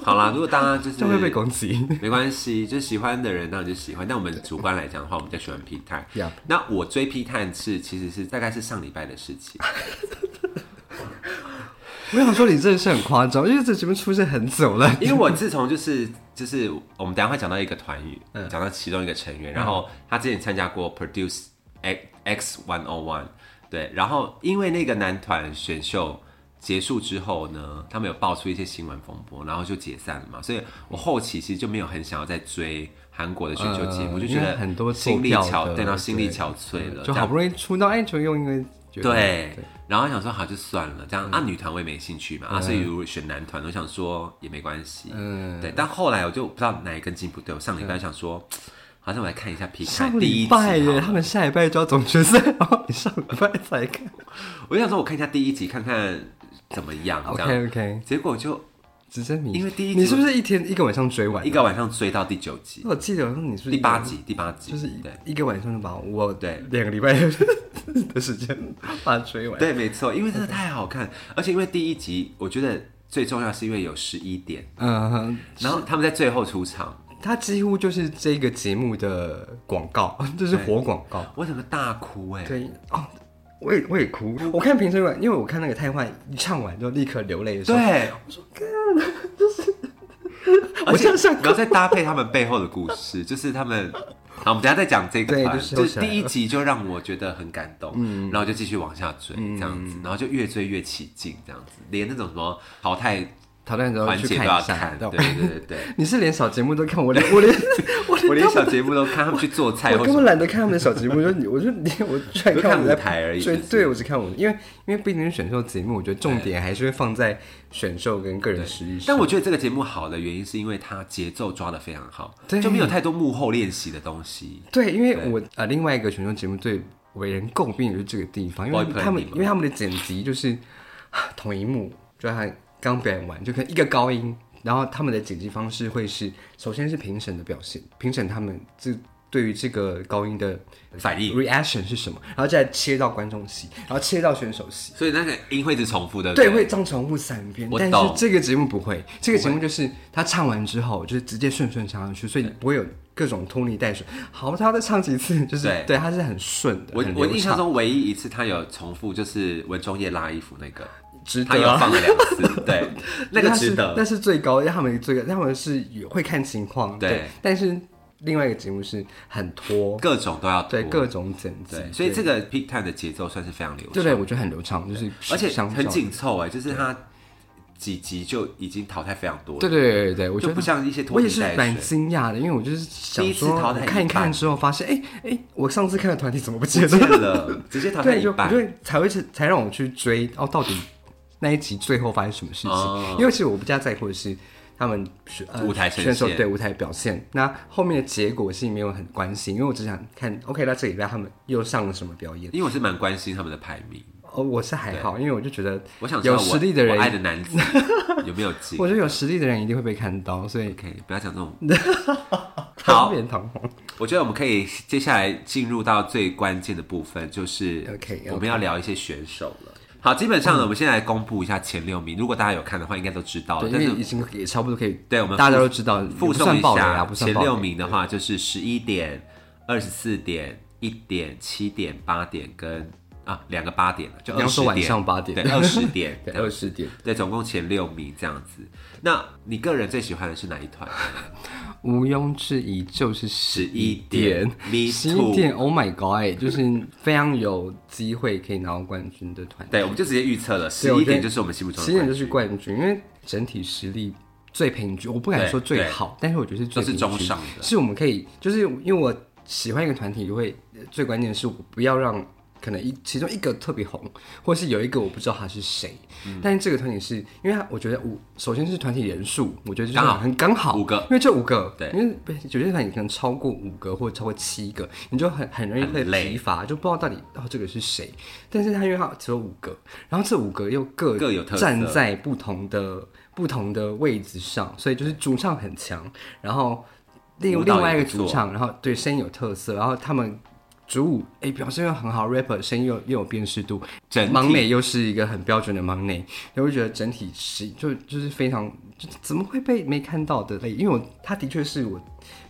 A: 好啦，如果大家就是
B: 就会被攻击。
A: 没关系，就喜欢的人当然就喜欢。但我们主观来讲的话，我们比较喜欢 P Time。
B: Yup
A: 那我追 P Time 是其实是大概是上礼拜的事情，
B: 我想说你真的是很夸张，因为这节目出现很久了。
A: 因为我自从就是就是我们等一下会讲到一个团语，
B: 嗯
A: 讲到其中一个成员，然后他之前参加过 Produce X One O One，对，然后因为那个男团选秀。结束之后呢，他们有爆出一些新闻风波，然后就解散了嘛，所以我后期其实就没有很想要再追韩国的选秀节目，
B: 嗯
A: 就觉
B: 因为
A: 得
B: 很多
A: 心力
B: 做票
A: 憔
B: 的
A: 对，然后心力
B: 对
A: 憔悴了，
B: 就
A: 这
B: 好
A: 样
B: 不容易出道，哎，就用一个觉得
A: 对，然后想说好就算了，这样、
B: 嗯
A: 啊，女团我也没兴趣嘛，啊，所以如果选男团，我想说也没关系，
B: 嗯
A: 对。但后来我就不知道哪一根筋不对，我上礼拜想说，好像我来看一下 P
B: 嗯上
A: 看第一
B: 礼
A: 集好
B: 拜耶，
A: 了，
B: 他们下礼拜就要总决赛，然后你上礼拜才看。
A: 我就想说我看一下第一集看看怎么样，这样。
B: OK OK，
A: 结果就
B: 只证明
A: 因为第一集
B: 你是不是一天一个晚上追完？
A: 一个晚上追到第九集，
B: 我记得好像你是不是
A: 第八
B: 一个
A: 集，第八集，
B: 嗯就是
A: 对。
B: 一个晚上就把我
A: 对
B: 两个礼拜的时间把它追完。
A: 对，没错，因为真的太好
B: 嗯
A: 看，而且因为第一集，我觉得最重要是因为有十一点，
B: 嗯哼，
A: 然后他们在最后出场，
B: 它几乎就是这个节目的广告， 就是活广告。
A: 我整个大哭哎、
B: 对哦，我也我也哭。我看评审员，因为我看那个太幻一唱完就立刻流泪的时候，
A: 对，
B: 我现在想
A: 然后再搭配他们背后的故事， 就是他们。好，我们等一下再讲这个
B: 对
A: 团，
B: 就是
A: 就
B: 我
A: 是嗯
B: 想
A: 第一集就让我觉得很感动，然后嗯我就继续往下追，这样子，然后就越追越起劲，这样子，连那种什么淘汰
B: 讨论的时候
A: 环
B: 去
A: 节都
B: 看
A: 要
B: 一下
A: 嗯看，。对
B: 对
A: 对对对，
B: 你是连小节目都看，我连我连我 连
A: 我连
B: 他
A: 小
B: 们
A: 节目都看，他们去做菜
B: 我
A: 或
B: 根
A: 什
B: 本
A: 么，
B: 懒得看他们的小节目，我就你我就连我居然
A: 就
B: 看
A: 看
B: 我在
A: 舞台而已
B: 对
A: 是不是
B: 对，我只看我，因为因为不一定是选秀节目，我觉得重点还是会放在选秀跟个人实力上。
A: 但我觉得这个节目好的原因是因为它节奏抓的非常好，
B: 对
A: 就没有太多幕后练习的东西。
B: 对，因为
A: 对
B: 我呃另外一个选秀节目最为人诟病的就是这个地方，因为
A: Boy
B: 他们
A: Planet 吗
B: 因为他们的剪辑就是啊同一幕，就他刚表演完，就可能一个高音，然后他们的剪辑方式会是首先是评审的表现，评审他们这对于这个高音的
A: 反应
B: reaction 是什么，然后再切到观众席，然后切到选手席。
A: 所以那个音会一直重复的，
B: 对，会这样重复三遍，
A: 我
B: 但是
A: 懂
B: 这个节目不会，这个节目就是他唱完之后，就是直接顺顺唱上去，所以不会有各种拖泥带水。好，他再唱几次，就是
A: 对
B: 对，他是很顺的，
A: 我
B: 很
A: 我
B: 流
A: 印象
B: 畅，
A: 中唯一一次他有重复就是文中叶拉衣服那个，
B: 值
A: 他
B: 得
A: 有
B: 啊。
A: 放了两次， 对，那个值得。
B: 那是最高，因为他们最高，他们是也会看情况，
A: 对
B: 对。但是另外一个节目是很拖，
A: 各种都要
B: 对
A: 多
B: 各种剪辑
A: 对，，所以这个 peak time 的节奏算是非常流
B: 对
A: 畅，
B: 对，我觉得很流畅，就是
A: 而且
B: 相
A: 很
B: 较
A: 紧凑哎，就是它几集就已经淘汰非常多了，
B: 对对对对对，我觉
A: 就
B: 得
A: 不像一些拖
B: 我也
A: 泥
B: 是
A: 带
B: 蛮
A: 水。
B: 惊讶的，因为我就是想
A: 第一次
B: 说，
A: 淘
B: 我
A: 汰一
B: 看一看
A: 半
B: 之后发现，哎哎，我上次看的团体怎么不
A: 不
B: 见
A: 见
B: 了？
A: 了，直接淘汰
B: 对，
A: 一
B: 就我
A: 半
B: 就。才会是才让我去追哦，到底那一集最后发生什么事情？
A: 哦
B: 因为其实我比较在乎的是他们选、呃、
A: 舞台呈现
B: 选手对舞台表现，那后面的结果是没有很关心，因为我只想看 OK，那这礼拜他们又上了什么表演。
A: 因为我是蛮关心他们的排名，
B: 哦，我是还好，因为我就觉得
A: 我想知道
B: 有
A: 我
B: 实力的人
A: 我爱的男 子有没有进
B: 我觉得有实力的人一定会被看到，所以
A: ？OK，不要讲这种。好
B: 冠冕堂皇。
A: 我觉得我们可以接下来进入到最关键的部分，就是
B: OK，OK 嗯
A: 我们要聊一些选手了。好，基本上呢，我们现在来公布一下前六名。如果大家有看的话，应该都知道了
B: 对，。因
A: 但
B: 为
A: 是
B: 已经也差不多可以，
A: 对我们
B: 大家都知道，
A: 附
B: 不
A: 送
B: 算
A: 一
B: 爆雷
A: 下
B: 啊，不算
A: 前
B: 爆
A: 六
B: 雷
A: 名的话，就是十一点、二十四点、一点、七点、八点跟啊两个八点了，就
B: 你
A: 二
B: 要
A: 十
B: 说晚
A: 点，
B: 上八点
A: 对，二十点
B: ，对二十点。
A: 对，总共前六名这样子。那你个人最喜欢的是哪一团？
B: 毋庸置疑，就是十一点，
A: 11
B: 十
A: Me
B: 一
A: too
B: 点，Oh my God，就是非常有机会可以拿到冠军的团体。
A: 对，我们就直接预测了，
B: 对
A: 十
B: 我
A: 一
B: 觉得
A: 点就是我们心目中
B: 十
A: 的
B: 一点
A: 冠
B: 就
A: 军，
B: 是冠军，因为整体实力最平均，我不敢
A: 对
B: 说最
A: 对
B: 好，但是我觉得是最
A: 都是
B: 平均
A: 中上的。
B: 是我们可以，就是因为我喜欢一个团体，就会呃最关键的是我不要让可能一其中一个特别红，或是有一个我不知道他是谁，
A: 嗯
B: 但是这个团体是因为他我觉得五首先是团体人数，我觉得就是
A: 刚好
B: 很刚好
A: 五个
B: 因为这五个
A: 对
B: 因为不是有些团体可能超过五个或超过七个，你就很很容易会
A: 很累
B: 疲乏，就不知道到底哦这个是谁，但是他因为他只有五个，然后这五个又各
A: 各有特色
B: 站在不同的不同的位置上，所以就是主唱很强，然后另
A: 舞蹈
B: 另
A: 也
B: 外一个
A: 不错
B: 主唱，然后对声音有特色，然后他们主舞哎、表现又很好，rapper 声音又又有辨识度，
A: 整体
B: 忙内又是一个很标准的忙内，我就觉得整体是就就是非常就怎么会被没看到的类，因为我他的确是我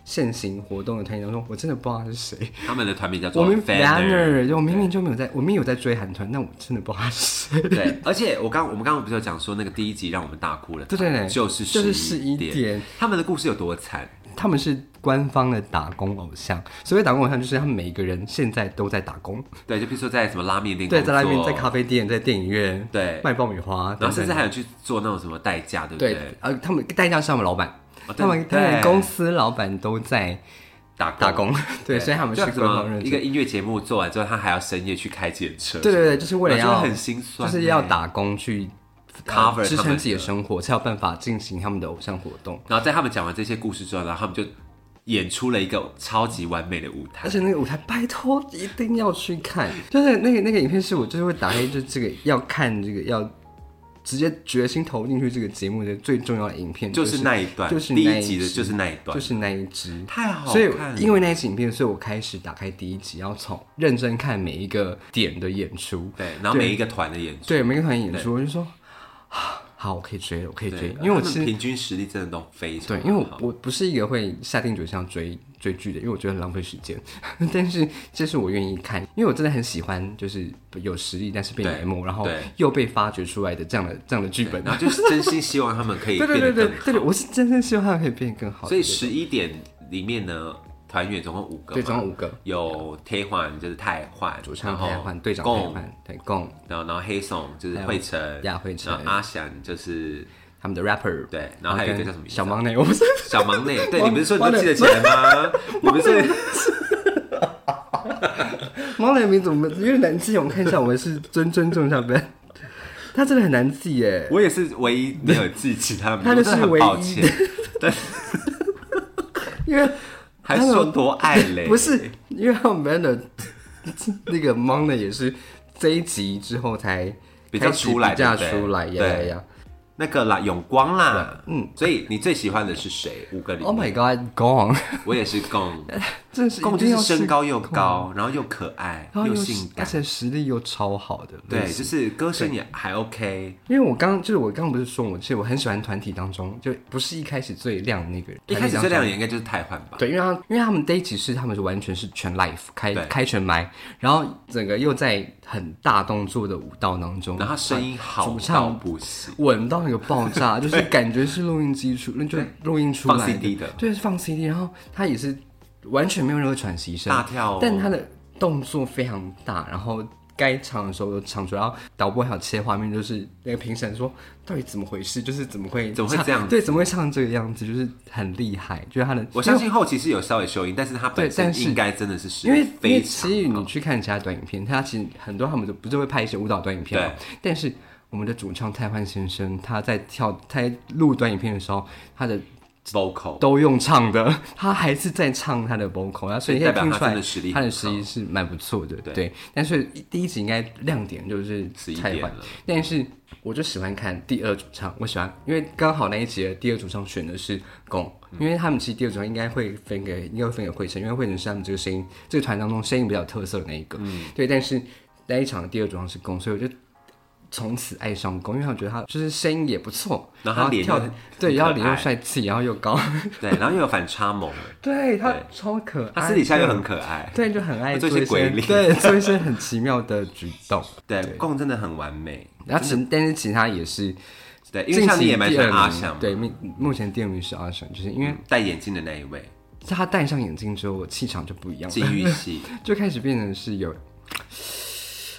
B: 现行活动的团体当中，我真的不知道他是谁，
A: 他们的团名叫做
B: 我明
A: Fanner。
B: Banner，我明明就没有在，我明明有在追韩团，但我真的不知道他是谁。
A: 对，而且我刚我们刚刚不是有讲说那个第一集让我们大哭了，
B: 对对对，
A: 就是
B: 就是
A: 十
B: 一
A: 点，
B: 点，
A: 他们的故事有多惨？
B: 他们是官方的打工偶像。所谓打工偶像，就是他们每一个人现在都在打工，
A: 对，就比如说在什么拉面店工
B: 对，
A: 作，
B: 在那边，在咖啡店，在电影院，
A: 对
B: 卖爆米花，
A: 然后甚
B: 等
A: 至
B: 等
A: 还有去做那种什么代驾，对不对？
B: 对，呃，他们代价是他们老板，
A: 哦对
B: 他们他们
A: 对
B: 公司老板都在
A: 打工
B: 打工， 对，所以他们是
A: 就像什
B: 官方
A: 么
B: 认
A: 一个
B: 证。
A: 音乐节目做完之后，他还要深夜去开检车，
B: 对对对，就是为了
A: 我觉
B: 要
A: 得很心酸
B: 就是要
A: 欸
B: 打工去呃
A: Cover
B: 支
A: 他
B: 撑
A: 们
B: 自己的
A: 的
B: 生活，才有办法进行他们的偶像活动。
A: 然后在他们讲完这些故事之后，然后他们就演出了一个超级完美的舞台
B: 而。且那个舞台，拜托一定要去看，就是那个那个影片是我就是会打开，就这个要看这个要直接决心投进去这个节目的最重要的影片，
A: 就
B: 就是
A: 那一段，
B: 就是
A: 第
B: 那
A: 一
B: 一
A: 集的，
B: 集
A: 就是那一段，
B: 就是那一支。
A: 太好
B: 所以
A: 看了。
B: 因为那一集影片，所以我开始打开第一集，然后从认真看每一个点的演出，
A: 对，然后每一个团的演出，
B: 对每个团演出，我就说啊好，我可以追了，我可以追
A: 对，，
B: 因为我
A: 他
B: 其
A: 们
B: 实
A: 平均实力真的都非常
B: 对，因为我
A: 好
B: 我不是一个会下定决心要追追剧的，因为我觉得很浪费时间。 但是这是我愿意看，因为我真的很喜欢，就是有实力但是被
A: 对
B: 埋没，然后
A: 对
B: 又被发掘出来的这样的这样的剧本。
A: 然后就是真心希望他们可以
B: 对
A: 变
B: 对
A: 得
B: 对对
A: 更
B: 对对，我是真正希望它可以变得更好。
A: 所以
B: 对
A: 十一点里面呢，团员总共五个嘛，
B: 对总共五个
A: 有铁环就是太焕，
B: 主唱
A: 然后
B: 台换队长
A: 贡
B: 台换对共
A: 然后然后黑松就是惠成，
B: 亚惠成
A: 然后阿翔就是
B: 他们的 rapper，
A: 对然后还有一个
B: 跟
A: 叫什么名字啊
B: 小忙内，我不是
A: 小忙 内，对
B: 忙
A: 你不是说你都记得起来吗？你不是
B: 忙内的名字我们有点难记，我们看一下，我们是尊尊重一下呗。他真的很难记耶，
A: 我也是唯一没有记起他们，
B: 他就是
A: 我真的很
B: 唯一
A: 抱歉，
B: 因为
A: 还说多爱嘞，
B: 不是因为他们的 那个 Mon 的也是这一集之后才
A: 比较出来
B: 开始比
A: 对
B: 较
A: 不对
B: 出来呀呀
A: 对
B: 呀
A: 那个啦，永光啦，嗯
B: 嗯，
A: 所以你最喜欢的是谁？五个里
B: ！Oh
A: 面，
B: my God，Gone，
A: 我也是贡，
B: 真的是
A: 贡
B: 一
A: 就
B: 定要
A: 是身高又高，然后又可爱
B: 然后又
A: 性
B: 而
A: 感，
B: 且实力又超好的，
A: 对，就是歌声也还 OK。
B: 因为我刚就是我刚刚不是说我其实我很喜欢团体当中就不是一开始最亮的那个人，
A: 一开始
B: 团体当中
A: 这两个应该就是太换吧，
B: 对，因为他因为他们 day 集是他们是完全是全 live 开
A: 对
B: 开全麦，然后整个又在很大动作的舞蹈当中，
A: 然后他声音好
B: 主
A: 到
B: 唱
A: 不行，
B: 稳到那个爆 炸，就是感觉是录音机出，那就录音出来
A: 放 CD 的
B: 对，是放 CD，然后他也是完全没有任何喘息声，
A: 大跳哦
B: 但他的动作非常大，然后该唱的时候都唱出来，然后导播还有切画面，就是那个评审说到底怎么回事，就是怎么会
A: 怎么会
B: 唱
A: 这样子
B: 对，怎么会唱这个样子，就是很厉害，就是他的，
A: 我相信后期是有稍微修音，但是他本
B: 对
A: 身
B: 但是
A: 应该真的是实
B: 因为
A: 力
B: 因
A: 非
B: 为其
A: 常
B: 实
A: 好
B: 你去看其他短影片，他其实很多他们都不是会拍一些舞蹈短影片嘛，但是我们的主唱泰焕先生他在跳他在录短影片的时候，他的
A: vocal，
B: 都用唱的， 他还是在唱他的 vocal，他所以
A: 所
B: 你
A: 以代
B: 可以
A: 表
B: 听
A: 他
B: 出来
A: 真的实力
B: 他的
A: 很
B: 实力是蛮不错的，
A: 对
B: 对。但是第一集应该亮点就是
A: 11
B: 泰
A: 点
B: 焕
A: 了，
B: 但是我就喜欢看第二主唱，我喜欢，因为刚好那一集的第二主唱选的是龚，
A: 嗯
B: 因为他们其实第二主唱应该会分给，应该会分给慧晨，因为慧晨是他们这个声音这个团当中声音比较有特色的那一个，
A: 嗯
B: 对。但是那一场的第二主唱是龚，所以我就。从此爱上龚，因为我觉得他就是声音也不错，
A: 然
B: 然
A: 后他脸
B: 跳
A: 又很
B: 对，然后
A: 可
B: 脸又
A: 爱
B: 帅气，然后又高，
A: 对，然后又有反差萌，
B: 对他
A: 对
B: 超可爱，
A: 他私底下又很可爱，
B: 对，就很爱
A: 做一些
B: 一
A: 鬼脸
B: 对，做一些很奇妙的举 动。
A: 对，共真的很完美，
B: 然后其但是其他也是，
A: 对，因为像你也蛮喜欢阿
B: 近期第二
A: 翔
B: 名，对，目目前第二名是阿翔，就是因为
A: 戴眼镜的那一位，
B: 他戴上眼镜之后，气场就不一样了，
A: 禁欲系，
B: 就开始变成是有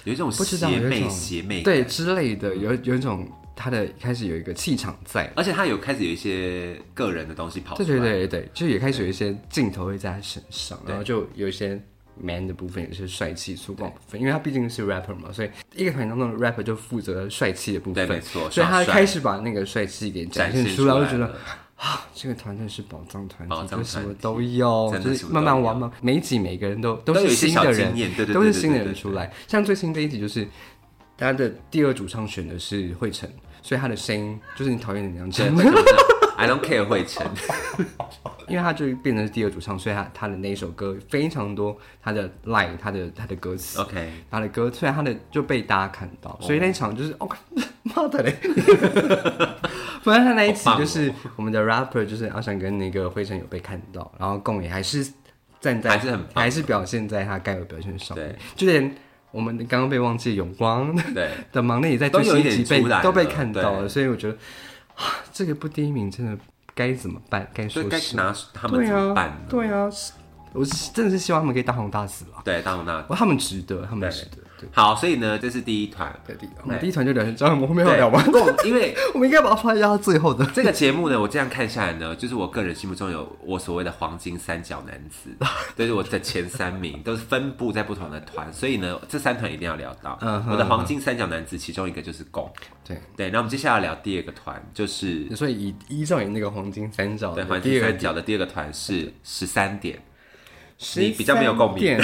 A: 有一种
B: 不知道
A: 邪
B: 有一
A: 魅
B: 种
A: 邪魅，
B: 对，之类的，有有一种他的开始有一个气场在。
A: 而且他有开始有一些个人的东西跑出
B: 对
A: 来，
B: 对对对，就也开始有一些镜头会在他身上，
A: 对
B: 然后就有一些 man 的部分，有一些帅气粗犷的部分，因为他毕竟是 rapper 嘛，所以一个团当中的 rapper 就负责帅气的部
A: 对
B: 分，
A: 没错
B: 所以
A: 耍
B: 他
A: 帅
B: 开始把那个帅气给展
A: 展
B: 现
A: 现
B: 出来，
A: 出
B: 我
A: 来
B: 就觉得
A: 了
B: 啊，这个团真是宝藏团
A: 宝
B: 体，
A: 藏
B: 就是什
A: 团
B: 么
A: 体
B: 都有，
A: 真的
B: 就
A: 什
B: 是
A: 么
B: 慢
A: 都
B: 慢
A: 有
B: 玩嘛，每一集每个人都都
A: 都有
B: 是
A: 一些
B: 新
A: 小
B: 的
A: 经
B: 人
A: 验，对对对，
B: 都是
A: 对
B: 新的
A: 对
B: 人
A: 对
B: 出来，像最新这一集就是他的第二主唱选的是惠晨，所以他的声音就是你讨厌的那样子
A: 对。为什么呢 I don't care 惠晨，
B: 因为他就变成是第二主唱，所以他他的那一首歌非常多，他的 line，他的他的歌词
A: OK
B: 他的歌，虽然他的就被大家看到，所以那一场就是哦， 妈的 嘞！反正他那一集
A: 好棒哦
B: 就是我们的 rapper 就是阿翔跟那个灰尘有被看到，然后贡也还是站在
A: 还是很棒的
B: 还是表现在他该有表现的上面
A: 对，
B: 就连我们刚刚被忘记的永光
A: 对，
B: 的忙内也在
A: 都
B: 最
A: 有
B: 新
A: 一
B: 一
A: 点
B: 集被
A: 出来
B: 都被
A: 了
B: 看到
A: 对
B: 了，所以我觉得啊，这个不第一名真的该怎么办？该
A: 所
B: 说
A: 以该
B: 什么？
A: 拿他们
B: 对
A: 怎么办
B: 啊
A: 呢？？
B: 对啊，是我是真的是希望他们可以大红大紫啦。
A: 对，大红大紫。
B: 哇，他们值得，他们
A: 对
B: 值得。对，
A: 好，所以呢，这是第一团。
B: 对第一我们第一团就聊成这样，我们后面要
A: 对
B: 聊吗？
A: 共因为
B: 我们应该把它放压到最后的。
A: 这个节目呢，我这样看下来呢，就是我个人心目中有我所谓的黄金三角男子， 就是我的前三名都是分布在不同的团，所以呢，这三团一定要聊到。
B: 嗯哼
A: 我的黄金三角男子其中一个就是拱，
B: 对，
A: 对，那我们接下来聊第二个团，就是
B: 所以以依照你那个黄金三角
A: 对
B: 的
A: 黄
B: 第
A: 金
B: 二
A: 三角
B: 点，
A: 的第二个团是十三点。你
B: 13
A: 比较没有共鸣
B: 点，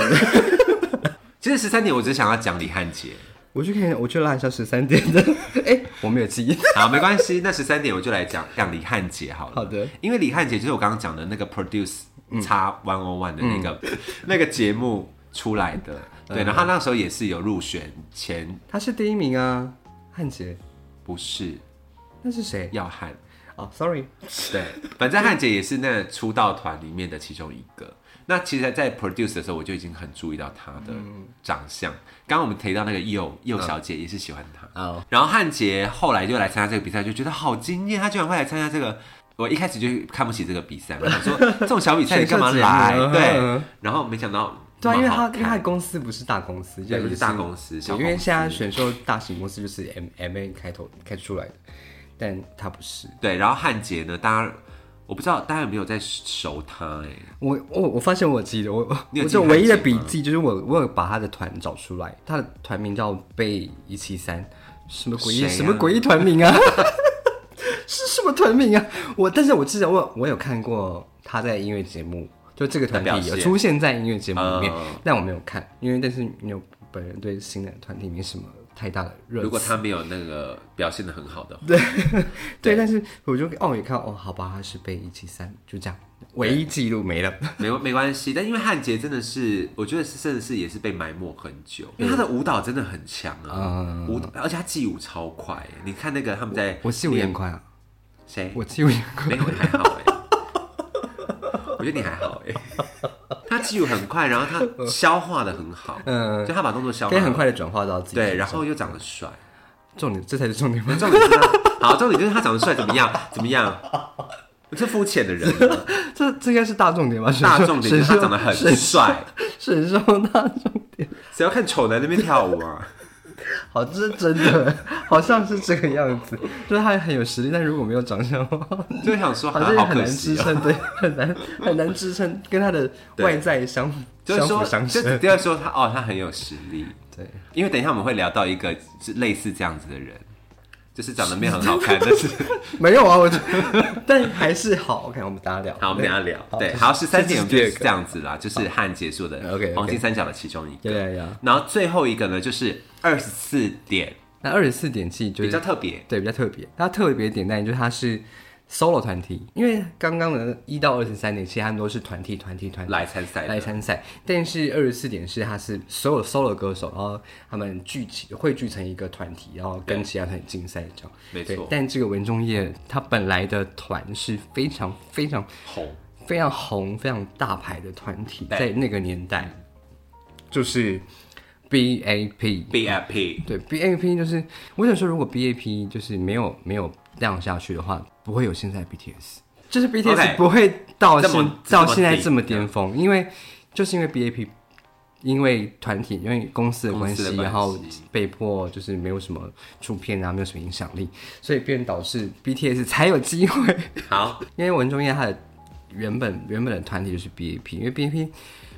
A: 其实十三点我只想要讲李汉杰，
B: 我去看，我去拉一下十三点的。 哎，我没有记忆。
A: 好，没关系，那十三点我就来讲讲李汉杰好了。
B: 好的，嗯
A: 因为李汉杰就是我刚刚讲的那个 Produce 叉 One On One 的那个、 那个节目出来的，
B: 嗯
A: 对，然后他那时候也是有入选前，
B: 他是第一名啊，汉杰，
A: 不是
B: 那是谁？
A: 耀汉，
B: 哦，sorry，
A: 对，反正汉杰也是那出道团里面的其中一个。那其实，在 Produce 的时候，我就已经很注意到他的长相。刚刚我们提到那个佑佑小姐也是喜欢他，
B: 哦，
A: 然后汉杰后来就来参加这个比赛，就觉得好惊艳，他居然会来参加这个。我一开始就看不起这个比赛嘛，我想 说这种小比赛你干嘛来
B: 选秀节？目
A: 对
B: 嗯，
A: 然后没想到
B: 对啊，因为
A: 蛮好
B: 他
A: 看
B: 因为他的公司不是大公司，
A: 对
B: 就
A: 不是大公司
B: 对
A: 小公
B: 因
A: 司
B: 为现在选秀大型公司就是 M M A 开头开出来的，但他不是。
A: 对，然后汉杰呢，大家我不知道大家有没有在熟他哎、
B: 我我我发现我记得我
A: 你有
B: 我
A: 记
B: 这
A: 汉
B: 唯一的
A: 奸
B: 笔
A: 吗
B: 记就是我我有把他的团找出来，他的团名叫贝一七三，什么诡异、
A: 谁啊
B: 什么诡异团名啊？ 是什么团名啊？我但是我记得我我有看过他在音乐节目，就这个团
A: 的表
B: 体
A: 现
B: 有出现在音乐节目里面，
A: 嗯
B: 但我没有看，因为但是没有本人对新的团体没什么太大的热情。
A: 如果他没有那个表现的很好的话，
B: 对，但是我就哦也看哦，好吧，他是贝一七三，就这样，唯一记 录没了。
A: 没没关系。但因为汉杰真的是，我觉得是甚至是也是被埋没很久，因为他的舞蹈真的很强
B: 嗯
A: 啊，舞而且他记舞超快欸。你看那个他们在
B: 我记录也很快啊，
A: 谁？
B: 我记录也很快。
A: 没有，你还好哎、我觉得你还好哎、他记舞很快，然后他消化的很好，
B: 嗯
A: 就他把动作消化
B: 可以
A: 得
B: 很
A: 很好，
B: 快的转化到自己。
A: 对，然后又长得帅。
B: 重点，这才是重点吧。
A: 重点是他，好，重点就是他长得帅，怎么样？怎么样？我是肤浅的 人啊，
B: 这这应该是大重点吧？
A: 大众点就是他长得很
B: 神兽
A: 帅，
B: 神兽大重点。
A: 谁要看丑男在那边跳舞啊？
B: 好，这是真的，好像是这个样子，就是他很有实力，但如果没有长相 的话，
A: 就想说，好
B: 好
A: 像
B: 像也
A: 好
B: 很
A: 可
B: 难支
A: 惜哦。
B: 撑，对，很难很难支撑，跟他的外在相
A: 就是
B: 相
A: 说
B: 辅，相
A: 就
B: 成。
A: 第二说他哦，他很有实力。
B: 对，
A: 因为等一下我们会聊到一个是类似这样子的人，就是长得没有很好 看，但是
B: 没有啊，我觉得， 但还是好。OK，我们大家聊。
A: 好，我们等一下聊。
B: 好
A: 对，
B: 这是
A: 好，十三
B: 这
A: 点
B: 是
A: 就
B: 第二
A: 是
B: 个
A: 这样子啦，就是汉结束的
B: OK，OK
A: 黄金三角的其中一
B: 对
A: 个。
B: 对对。
A: 然后最后一个呢，就是二十四点，
B: 那二十四点七就
A: 比
B: 是
A: 较特别。
B: 对，比较特别。它特别点在于就是它是 solo 团体，因为刚刚的一到二十三点，其实他们都是团体、团体、团体
A: 来参赛
B: 来
A: 的，
B: 参赛。但是二十四点是它是所有 solo 歌手，然后他们聚集汇聚成一个团体，然后跟其他团体竞赛这样。
A: 没
B: 对
A: 错，
B: 但这个文中业他本来的团是非常非常
A: 红
B: 非常红、非常大牌的团体，
A: 对
B: 在那个年代就是 B A P。
A: B F P，
B: 对，BAP 就是，我想说，如果 BAP 就是没有没有这样下去的话，不会有现在 BTS，就是 BTS
A: OK，
B: 不会到
A: 这
B: 现
A: 么
B: 到
A: 这么
B: 现在
A: 低嗯
B: 这么巅峰，因为就是因为 BAP，因为团体因为公司的关
A: 公司
B: 系，
A: 的关系
B: 然后被迫就是没有什么出片啊，没有什么影响力，所以便导致 BTS 才有机会
A: 好，
B: 因为文中业他的原本原本的团体就是 BAP，因为 BAP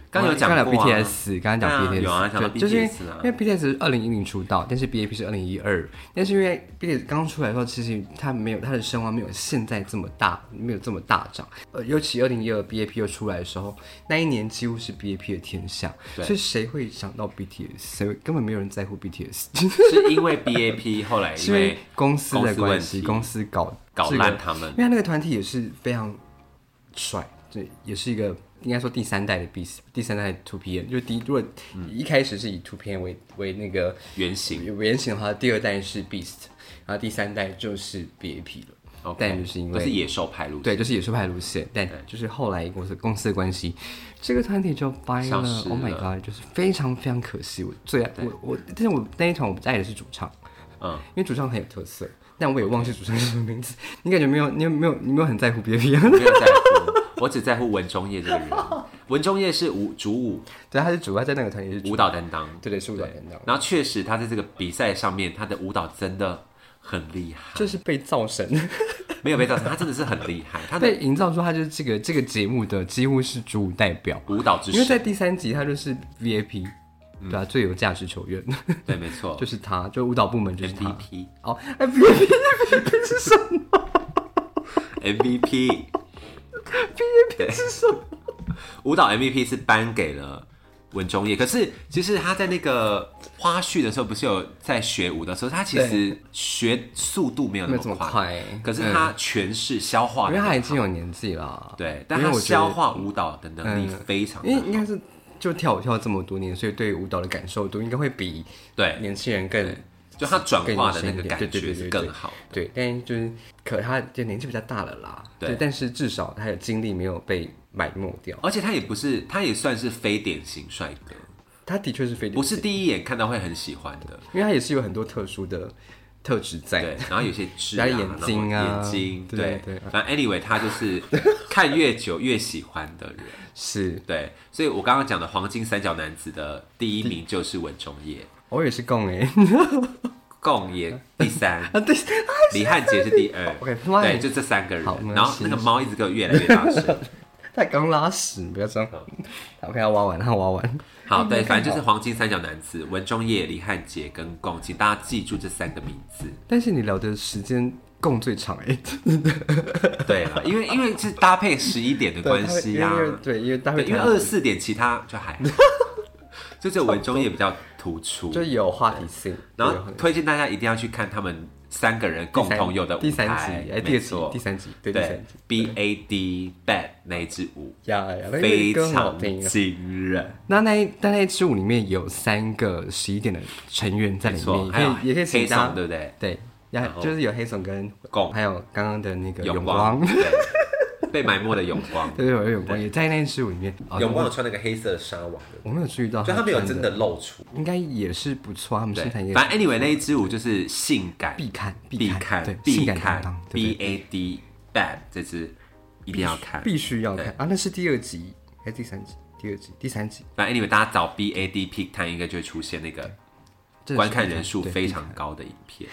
A: 刚有讲过啊
B: 刚讲 BTS，刚刚讲
A: 对啊
B: BTS，
A: 有啊讲到
B: 对就是因为
A: BTS 啊
B: 因为 BTS 是二零一零出道，但是 BAP 是二零一二，但是因为 BTS 刚出来的时候，其实他没有他的声望没有现在这么大，没有这么大涨。呃，尤其二零一二 BAP 又出来的时候，那一年几乎是 BAP 的天下，
A: 对
B: 所以谁会想到 BTS？谁会根本没有人在乎 BTS，
A: 是因为 B A P，后来因
B: 是因为
A: 为
B: 公司
A: 公
B: 的
A: 司
B: 关
A: 问
B: 系，
A: 题
B: 公司搞
A: 搞
B: 这个
A: 烂他们
B: 因为他那个团体也是非常帅，对，也是一个应该说第三代的 B，第三代 Two PM，就第一如果一开始是以 Two PM 为为那个
A: 原型
B: 原型的话，第二代是 Beast，然后第三代就是 BAP 了。
A: ，OK，
B: 但就是因为
A: 都是野兽派路线，
B: 对，就是野兽派路线，但就是后来公司公司的关系，这个团体就掰了。
A: 消失
B: Oh my
A: 了
B: god，就是非常非常可惜。我最爱我我，但是我那一团我不爱的是主唱，
A: 嗯，
B: 因为主唱很有特色，但我也忘记主唱是什么名字。你感觉没有？你有没有？你没有很在乎 BAP？
A: 我没有在乎，我只在乎文中业这个人。文中业是舞主舞
B: 对，他是主要在那个团体是主，
A: 舞蹈担当，
B: 对对，是舞蹈担当，
A: 然后确实他在这个比赛上面，他的舞蹈真的很厉害，
B: 就是被造神，
A: 没有被造成，他真的是很厉害，他的
B: 被营造出他就是这个这个节目的几乎是主舞代表，
A: 舞蹈之
B: 因为
A: 神，
B: 在第三集他就是 VIP，对啊，最有价值球员
A: 嗯对，没错
B: 就是他，就舞蹈部门就是他。
A: ，MVP
B: 哦，哎，VIP
A: MVP
B: 是什么？
A: 舞蹈 MVP 是颁给了文中业，可是其实他在那个花絮的时候，不是有在学舞的时候，他其实学速度没有
B: 没
A: 那
B: 有这么
A: 么快，
B: 快，
A: 可是他诠释消化
B: 嗯
A: 的
B: 因为
A: 很好，
B: 他已经有年纪了，
A: 对，但
B: 因为
A: 他
B: 我觉得嗯
A: 消化舞蹈的能力非常
B: 因为
A: 的
B: 应该是就跳舞跳这么多年，所以对舞蹈的感受度应该会比
A: 对，
B: 年轻人更
A: 就他转化的那个
B: 更
A: 感
B: 深一点对对
A: 觉
B: 对
A: 是
B: 对
A: 更好的。
B: 对，但就是可他就年纪比较大了啦，
A: 对
B: 但是至少他的精力没有被埋没掉，
A: 而且他也不是，他也算是非典型帅哥，
B: 他的确是非
A: 不是第一眼看到会很喜欢的。
B: 因为他也是有很多特殊的特质在
A: 对，，然后有些痣、啊，
B: 然后眼睛啊
A: 然后眼睛，
B: 对
A: 对
B: 对
A: 反正 anyway，他就是看越久越喜欢的人。
B: 是
A: 对，所以我刚刚讲的黄金三角男子的第一名就是文中业。
B: 我也是共哎，
A: 贡也第 三，
B: 啊， 对，
A: 李汉杰是第二
B: OK，他妈的
A: 对，就这三个人
B: 好没关。
A: 然后
B: 系
A: 那个猫一直给我越来越大 声。
B: 他刚拉屎，你不要这样。OK，他挖完，他挖完。
A: 好，对，反正就是黄金三角男子文中业、李汉杰跟贡，请大家记住这三个名字。
B: 但是你聊的时间共最长哎、
A: 对了，因为因为是搭配十一点的关系呀、
B: 因为对，因为大
A: 对，
B: 会
A: 因为二十四点其他就 还好，就只有文中业比较突出。
B: 就有话题性，
A: 然
B: 有话
A: 后
B: 题
A: 推荐大家一定要去看他们三个人共
B: 第三
A: 同有的舞台，
B: 第三集，哎，第
A: 没
B: 二集
A: 错，，
B: 第三集，对，第
A: 对
B: 三集。
A: ，B A D Bad 那一支舞
B: 呀呀，哎那
A: 非
B: 个歌很好
A: 常
B: 听啊。
A: 惊人，
B: 那那一那那一支舞里面有三个十一点的成员在
A: 没
B: 里
A: 错，
B: 面，
A: 还有
B: 也可以也可以请
A: 黑
B: 大
A: 松，对
B: 家
A: 不对？
B: 对，呀
A: 然，后
B: 就是有黑怂跟
A: 共
B: 还有刚刚的那个
A: 永
B: 永光，
A: 对， 被埋没的永光，
B: 对对，有永光也在那一支舞里面。哦
A: 永光有穿那个黑色的纱网的，
B: 我没有注意到，
A: 就他没有真，的露出。
B: 应该也是不错，他们
A: 对，
B: 身材也
A: 反正 anyway 那一支舞就是性感
B: 必看
A: 必
B: 看对
A: 看
B: 性
A: 必
B: 感担当
A: 看，
B: 对
A: B
B: 对
A: A D Bad 这支一定要看，
B: 必须要看
A: 对
B: 啊！那是第二集还是第三集？第二集、第三集，
A: 反正 anyway 大家找 B A D Peak Time 应该就会出现那个
B: 真的
A: 观
B: 是
A: 看人数
B: 对
A: 非常高的影片。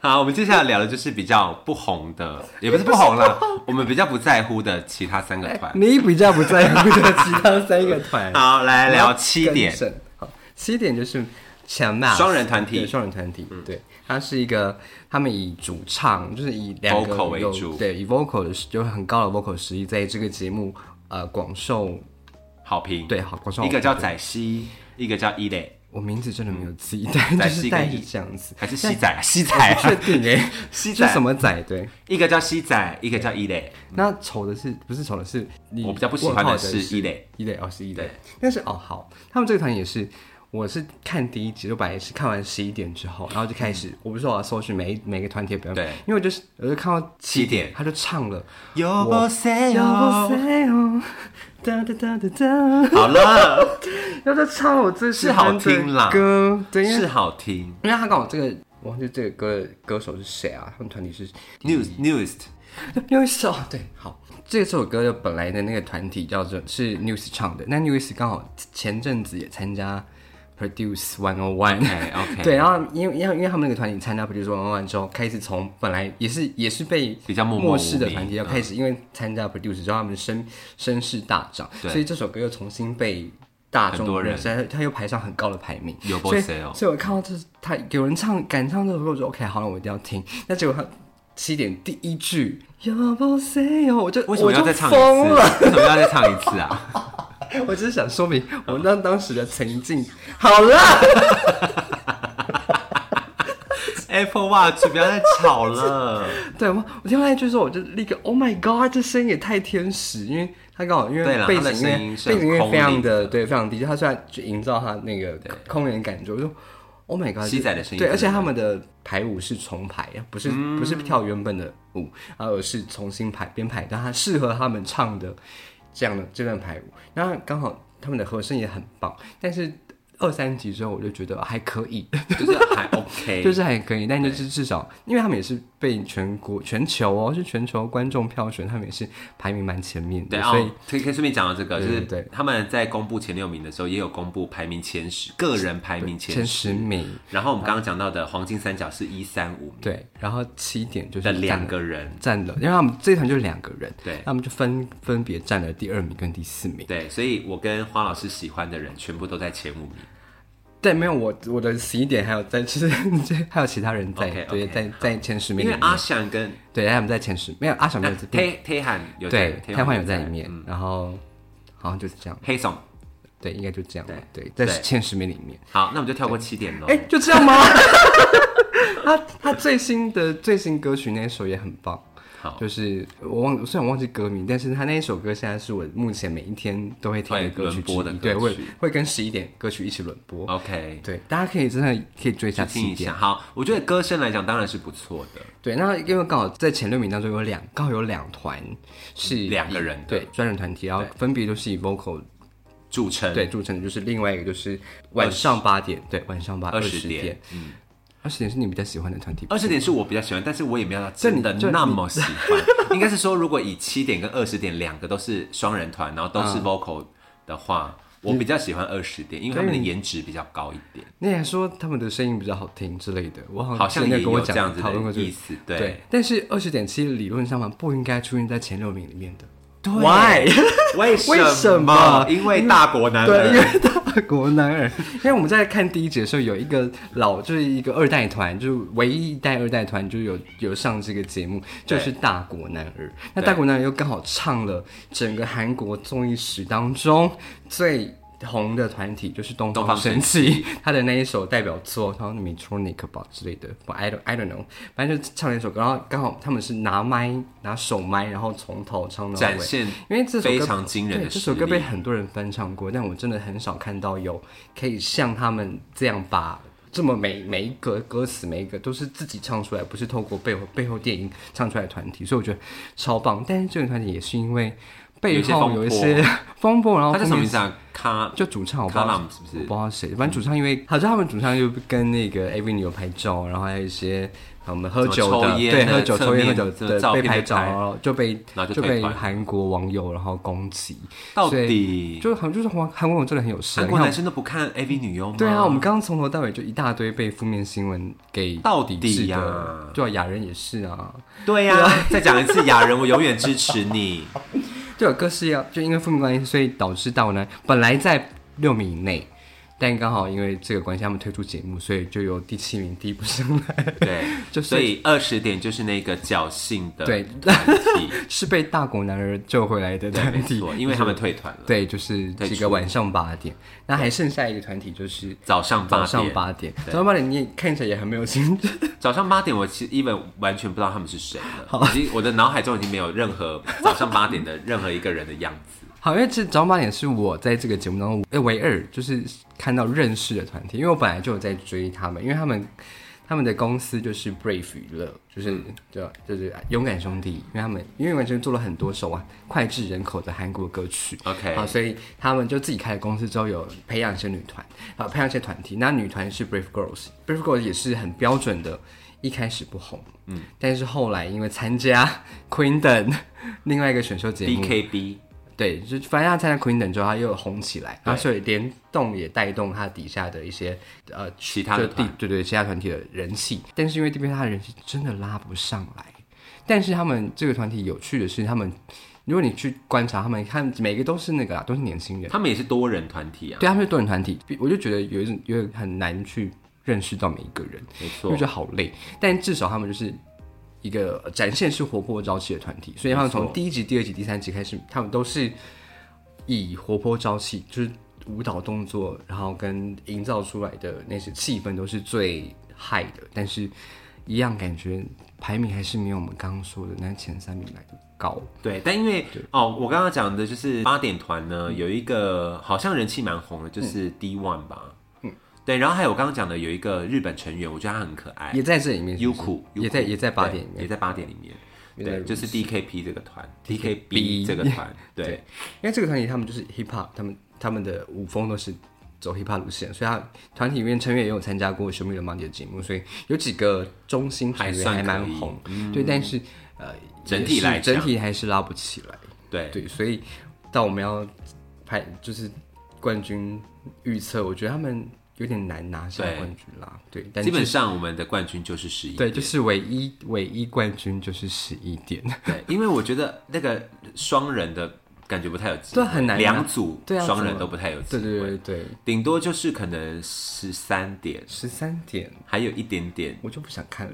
A: 好，我们接下来聊的就是比较不红的，也不是不红 啦，我们比较不在乎的其他三个团。
B: 你比较不在乎的其他三个 团，
A: 好，来
B: 我要
A: 聊七点
B: 更，正。好，七点就是强纳
A: 双人团体嗯
B: 对双人团体，对，它是一个他们以主唱就是以两个
A: Vocal 为
B: 有
A: 主
B: 对，以 vocal 的有很高的 vocal 实力，在这个节目呃广受
A: 好评，
B: 对好广受好
A: 一
B: 评。
A: 个叫宰西，一个叫伊磊，
B: 我名字真的没有记，但
A: 仔
B: 就是
A: 细
B: 大
A: 跟
B: 概是
A: 你
B: 这样子，
A: 还是西仔啊？西仔 啊，
B: 确定哎，
A: 西
B: 是
A: 仔
B: 什么仔？对，
A: 一个叫西仔，一个叫伊 磊，
B: 那丑的是不是丑的是你？
A: 我比较不喜欢的是
B: 一
A: 一垒，
B: 一垒哦是一垒
A: 对。
B: 但是哦好，他们这个团也是，我是看第一集就本来是看完十一点之后，然后就开始，我不是我要搜寻每一每个团体的表演，
A: 对，
B: 因为我就是我就看到
A: 七点
B: 他就唱了，
A: 有不谁
B: 要不
A: 哦？
B: 塞哦，哒哒哒哒哒，
A: 好了，
B: 然后就唱了我最喜
A: 是好
B: 欢
A: 听啦
B: 的歌，对，因为
A: 是好听。
B: 因为他刚好这个我忘记这个歌的歌手是谁啊，他们团体是
A: News
B: 嗯
A: Newest
B: 因一首对，好，这首歌的本来的那个团体叫做是 News 唱的，那 News 刚好前阵子也参加 Produce One O One，
A: 哎，OK，
B: 对，然后因为因为因为他们那个团体参加 Produce One O One 之后，开始从本来也是也是被
A: 比较默默
B: 漠视的
A: 无名
B: 团体，要
A: 嗯
B: 开始因为参加 Produce 之后，他们声声势大涨，
A: 对
B: 所以这首歌又重新被。大
A: 很
B: 众
A: 多人
B: 认识，它它又排上很高的排名，
A: 有
B: 所以
A: boss 哦
B: 所以我看到这他有人唱敢唱这首歌，我就 OK，好了，我一定要听。那结果他七点第一句要不 say 哦，我就
A: 为什么要再唱一
B: 我就疯
A: 次？
B: 了？
A: 为什么要再唱一次啊？
B: 我只是想说明我那当时的情境。好了，
A: Apple Watch，不要再吵 了。
B: 对我我听到那一句之后，我就立刻 Oh my God，这声音也太天使，因为他刚好因
A: 对
B: 为
A: 啦
B: 背
A: 他的
B: 景
A: 声
B: 音
A: 音
B: 乐
A: 是
B: 背景音
A: 很
B: 乐
A: 空
B: 非常
A: 灵
B: 的对非常低，就他虽然去营造他那个空灵的感觉，我就。Oh my god！
A: 西仔的声音
B: 对，
A: 真的
B: 而且他们的排舞是重排，不是、
A: 嗯
B: 不是跳原本的舞，而是重新排编排，但它适合他们唱的这样的这段排舞。那刚好他们的和声也很棒，但是二三集之后我就觉得还可以，
A: 就是还 OK，
B: 就是还可以，但就是至少，因为他们也是被全国、全球哦，是全球观众票选，他们也是排名蛮前面
A: 对
B: 的，
A: 啊，
B: 所以
A: 哦可以可以顺便讲到这个，就
B: 对
A: 是
B: 对对
A: 他们在公布前六名的时候，也有公布排名前十，个人排名
B: 前
A: 前十。
B: 十名，
A: 然后我们刚刚讲到的黄金三角是一三五
B: 对，然后七点就是
A: 的
B: 占了
A: 两个人，
B: 占了，因为他们这一团就两个人，
A: 对
B: 他们就分分别占了第二名跟第四名。
A: 对，所以我跟花老师喜欢的人全部都在前五名。
B: 但没有我我的十一点还有 在，就是还有其他人在
A: OK，OK，
B: 对，在在前十名
A: 因
B: 里
A: 为
B: 面，
A: 阿翔跟
B: 对，他们在前十，没有阿小没有在，
A: 推推韩有在嗯
B: 对，台湾有在里，
A: 泰
B: 面，然后好像就是这样，
A: 黑怂。
B: 对，应该就这样吧，对，在
A: 对
B: 前十名里面。
A: 好，那我们就跳过七点喽
B: 哎、。就这样吗？ 他他最新的最新歌曲那一首也很棒，
A: 好，
B: 就是我忘虽然忘记歌名，但是他那一首歌现在是我目前每一天都会听的歌曲之一
A: 会轮播的歌曲
B: 对，会会跟十一点歌曲一起轮播。
A: OK，
B: 对，大家可以真的可以追一下
A: 去听
B: 七
A: 一
B: 点。
A: 下。好，我觉得歌声来讲当然是不错的。
B: 对，那因为刚好在前六名当中有两，刚好有两团是以
A: 嗯两个人的
B: 对专人团体，然后分别都是以 vocal
A: 主持
B: 对著称的，就是另外一个就是晚上八点，对晚上八
A: 二
B: 十
A: 十点嗯
B: 点，，二十点是你比较喜欢的团体吧，
A: 二十点是我比较喜欢，但是我也没有到
B: 这你
A: 真的
B: 这你
A: 那么喜 欢。应
B: 嗯
A: 该是说，如果以七点跟二十点两个都是双人团，然后都是 vocal 的话，我比较喜欢二十点，因为他们的颜值比较高一点，
B: 你还说他们的声音比较好听之类的，我
A: 好
B: 好
A: 像
B: 之前
A: 也
B: 哦有跟我
A: 有这样
B: 讲
A: 子
B: 讨论过
A: 的
B: 这
A: 意
B: 个。
A: 思。
B: 对，
A: 对
B: 但是二十点七理论上嘛不应该出现在前六名里面的。对
A: Why？为
B: 为什么
A: 因为大国男
B: 对，
A: 儿。
B: 因为大国男儿，因为我们在看第一集的时候，有一个老就是一个二代团，就是唯一一代二代团，就有有上这个节目，
A: 对
B: 就是大国男儿。那
A: 对
B: 大国男儿又刚好唱了整个韩国综艺史当中最。红的团体就是东
A: 东
B: 方
A: 方
B: 神
A: 神
B: 起， 他的那一首代表作，然后 Metronic 吧之类的，不 I don't I don't know，反正就唱了一首歌，然后刚好他们是拿麦拿手麦，然后从头唱到
A: 展
B: 尾，
A: 现
B: 因为这首
A: 非
B: 歌
A: 常惊人的
B: 对这首
A: 实
B: 歌被
A: 力
B: 很多人翻唱过，但我真的很少看到有可以像他们这样把这么每每一个歌词每一个都是自己唱出来，不是透过背后背后电影唱出来的团体，所以我觉得超棒。但是这个团体也是因为背后有
A: 有
B: 一
A: 一些
B: 些 风波，然后
A: 他叫什么名
B: 后面
A: 字啊？卡
B: 就主唱我不知
A: 卡
B: 道
A: 拉姆是不是
B: 我不知？道谁，反正主唱因为好像他们主唱又跟那个 AV 女友拍照，然后还有一些我们喝酒
A: 什
B: 的，
A: 么抽烟
B: 对，
A: 的
B: 喝酒
A: 侧
B: 抽烟喝
A: 面
B: 酒
A: 的
B: 的
A: 照
B: 被
A: 片
B: 拍
A: 被
B: 照，
A: 拍
B: 然后就被
A: 然后就
B: 就
A: 退
B: 被
A: 团
B: 韩国网友然后攻击，
A: 到
B: 所以
A: 底
B: 就好像就是韩韩国网友真的很有事啊。
A: 韩
B: 你
A: 国嗯
B: 看
A: 男，生都不看 AV 女优吗？
B: 对啊，我们刚刚从头到尾就一大堆被负面新闻给
A: 到
B: 抵
A: 底
B: 制
A: 呀
B: 的，对啊，雅人也是啊，
A: 对呀、再讲一次雅人，我永远支持 你。
B: 就有各式要就因为负面关系，所以导致到呢，本来在六名以内，但刚好因为这个关系，他们推出节目，所以就由第七名递不上来，
A: 对，
B: 就是
A: 所以二十点就是那个侥幸的
B: 对
A: 团体，
B: 是被大国男儿救回来的
A: 对，
B: 团
A: 没
B: 体
A: 错，，因为他们退团了。
B: 对，就是
A: 退
B: 几个
A: 出
B: 晚上八点，那还剩下一个团体就是
A: 早上八
B: 早
A: 点，
B: 上八点，
A: 对
B: 早上八点你也看起来也很没有精神。
A: 早上八点，我其实 even 完全不知道他们是谁了，已经我的脑海中已经没有任何早上八点的任何一个人的样子。
B: 好，因为这早八点是我在这个节目当中呃唯二就是看到认识的团体，因为我本来就有在追他们，因为他们他们的公司就是 Brave 娱乐，就是就就是啊勇敢兄弟，因为他们因为完全做了很多首啊脍炙人口的韩国歌曲。
A: OK，
B: 好，所以他们就自己开了公司之后，有培养一些女团，啊，培养一些团体。那女团是 Brave Girls，Brave Girls 也是很标准的，一开始不红，嗯，但是后来因为参加 Queen 等另外一个选秀节目
A: BKB
B: 对，就反正他参加 Queen 等之后，他又红起来，然后所以联动也带动他底下的一些呃
A: 其他
B: 就
A: 的
B: 地
A: 团
B: 对对其他团体的人气，但是因为这边他的人气真的拉不上来。但是他们这个团体有趣的是，他们如果你去观察他们，看每个都是那个啊啦，都是年轻人，
A: 他们也是多人团体啊，
B: 对，他们是多人团体，我就觉得有一种有点很难去认识到每一个人。
A: 没
B: 因
A: 错
B: 为觉，得好累。但至少他们就是一个呃展现是活泼朝气的团体，所以他们
A: 没
B: 从
A: 错
B: 第一集、第二集、第三集开始，他们都是以活泼朝气，就是舞蹈动作，然后跟营造出来的那些气氛都是最嗨的，但是一样感觉排名还是没有我们刚刚说的那前三名来的高。
A: 对，但因为哦，我刚刚讲的就是八点团呢，有一个好像人气蛮红的，就是 D One 吧，嗯，对，然后还有我刚刚讲的有一个日本成员，我觉得他很可爱
B: 也在这里面是
A: 优
B: 嗯不是
A: 酷，
B: 也在也在八点里
A: 也
B: 面，
A: 在八点里面，
B: 原来
A: 对，
B: 如
A: 就是 DKP 这个团，DKB
B: DKB
A: 这个 团，对，
B: 因为这个团体他们就是 hip hop，他们他们的舞风都是走 hip hop 路线，所以他团体里面成员也有参加过《神秘的盲点》节目，所以有几个中心成员
A: 还算
B: 还蛮
A: 可以嗯
B: 红，对，但是呃，
A: 整体
B: 也是
A: 来讲
B: 整体还是拉不起来，
A: 对，
B: 对，所以到我们要排就是冠军预测，我觉得他们有点难拿下
A: 对
B: 冠军啦，对，但
A: 基本
B: 是。
A: 上我们的冠军就是十一，
B: 对，就是唯一唯一冠军就是十一点，
A: 对，因为我觉得那个双人的感觉不太有机会，
B: 对很难啊
A: 两组
B: 对啊
A: 双
B: 怎
A: 人
B: 么
A: 都不太有机
B: 对对
A: 会，
B: 对对，
A: 顶多就是可能十三点，
B: 十三点
A: 还有一点点，
B: 我就不想看了，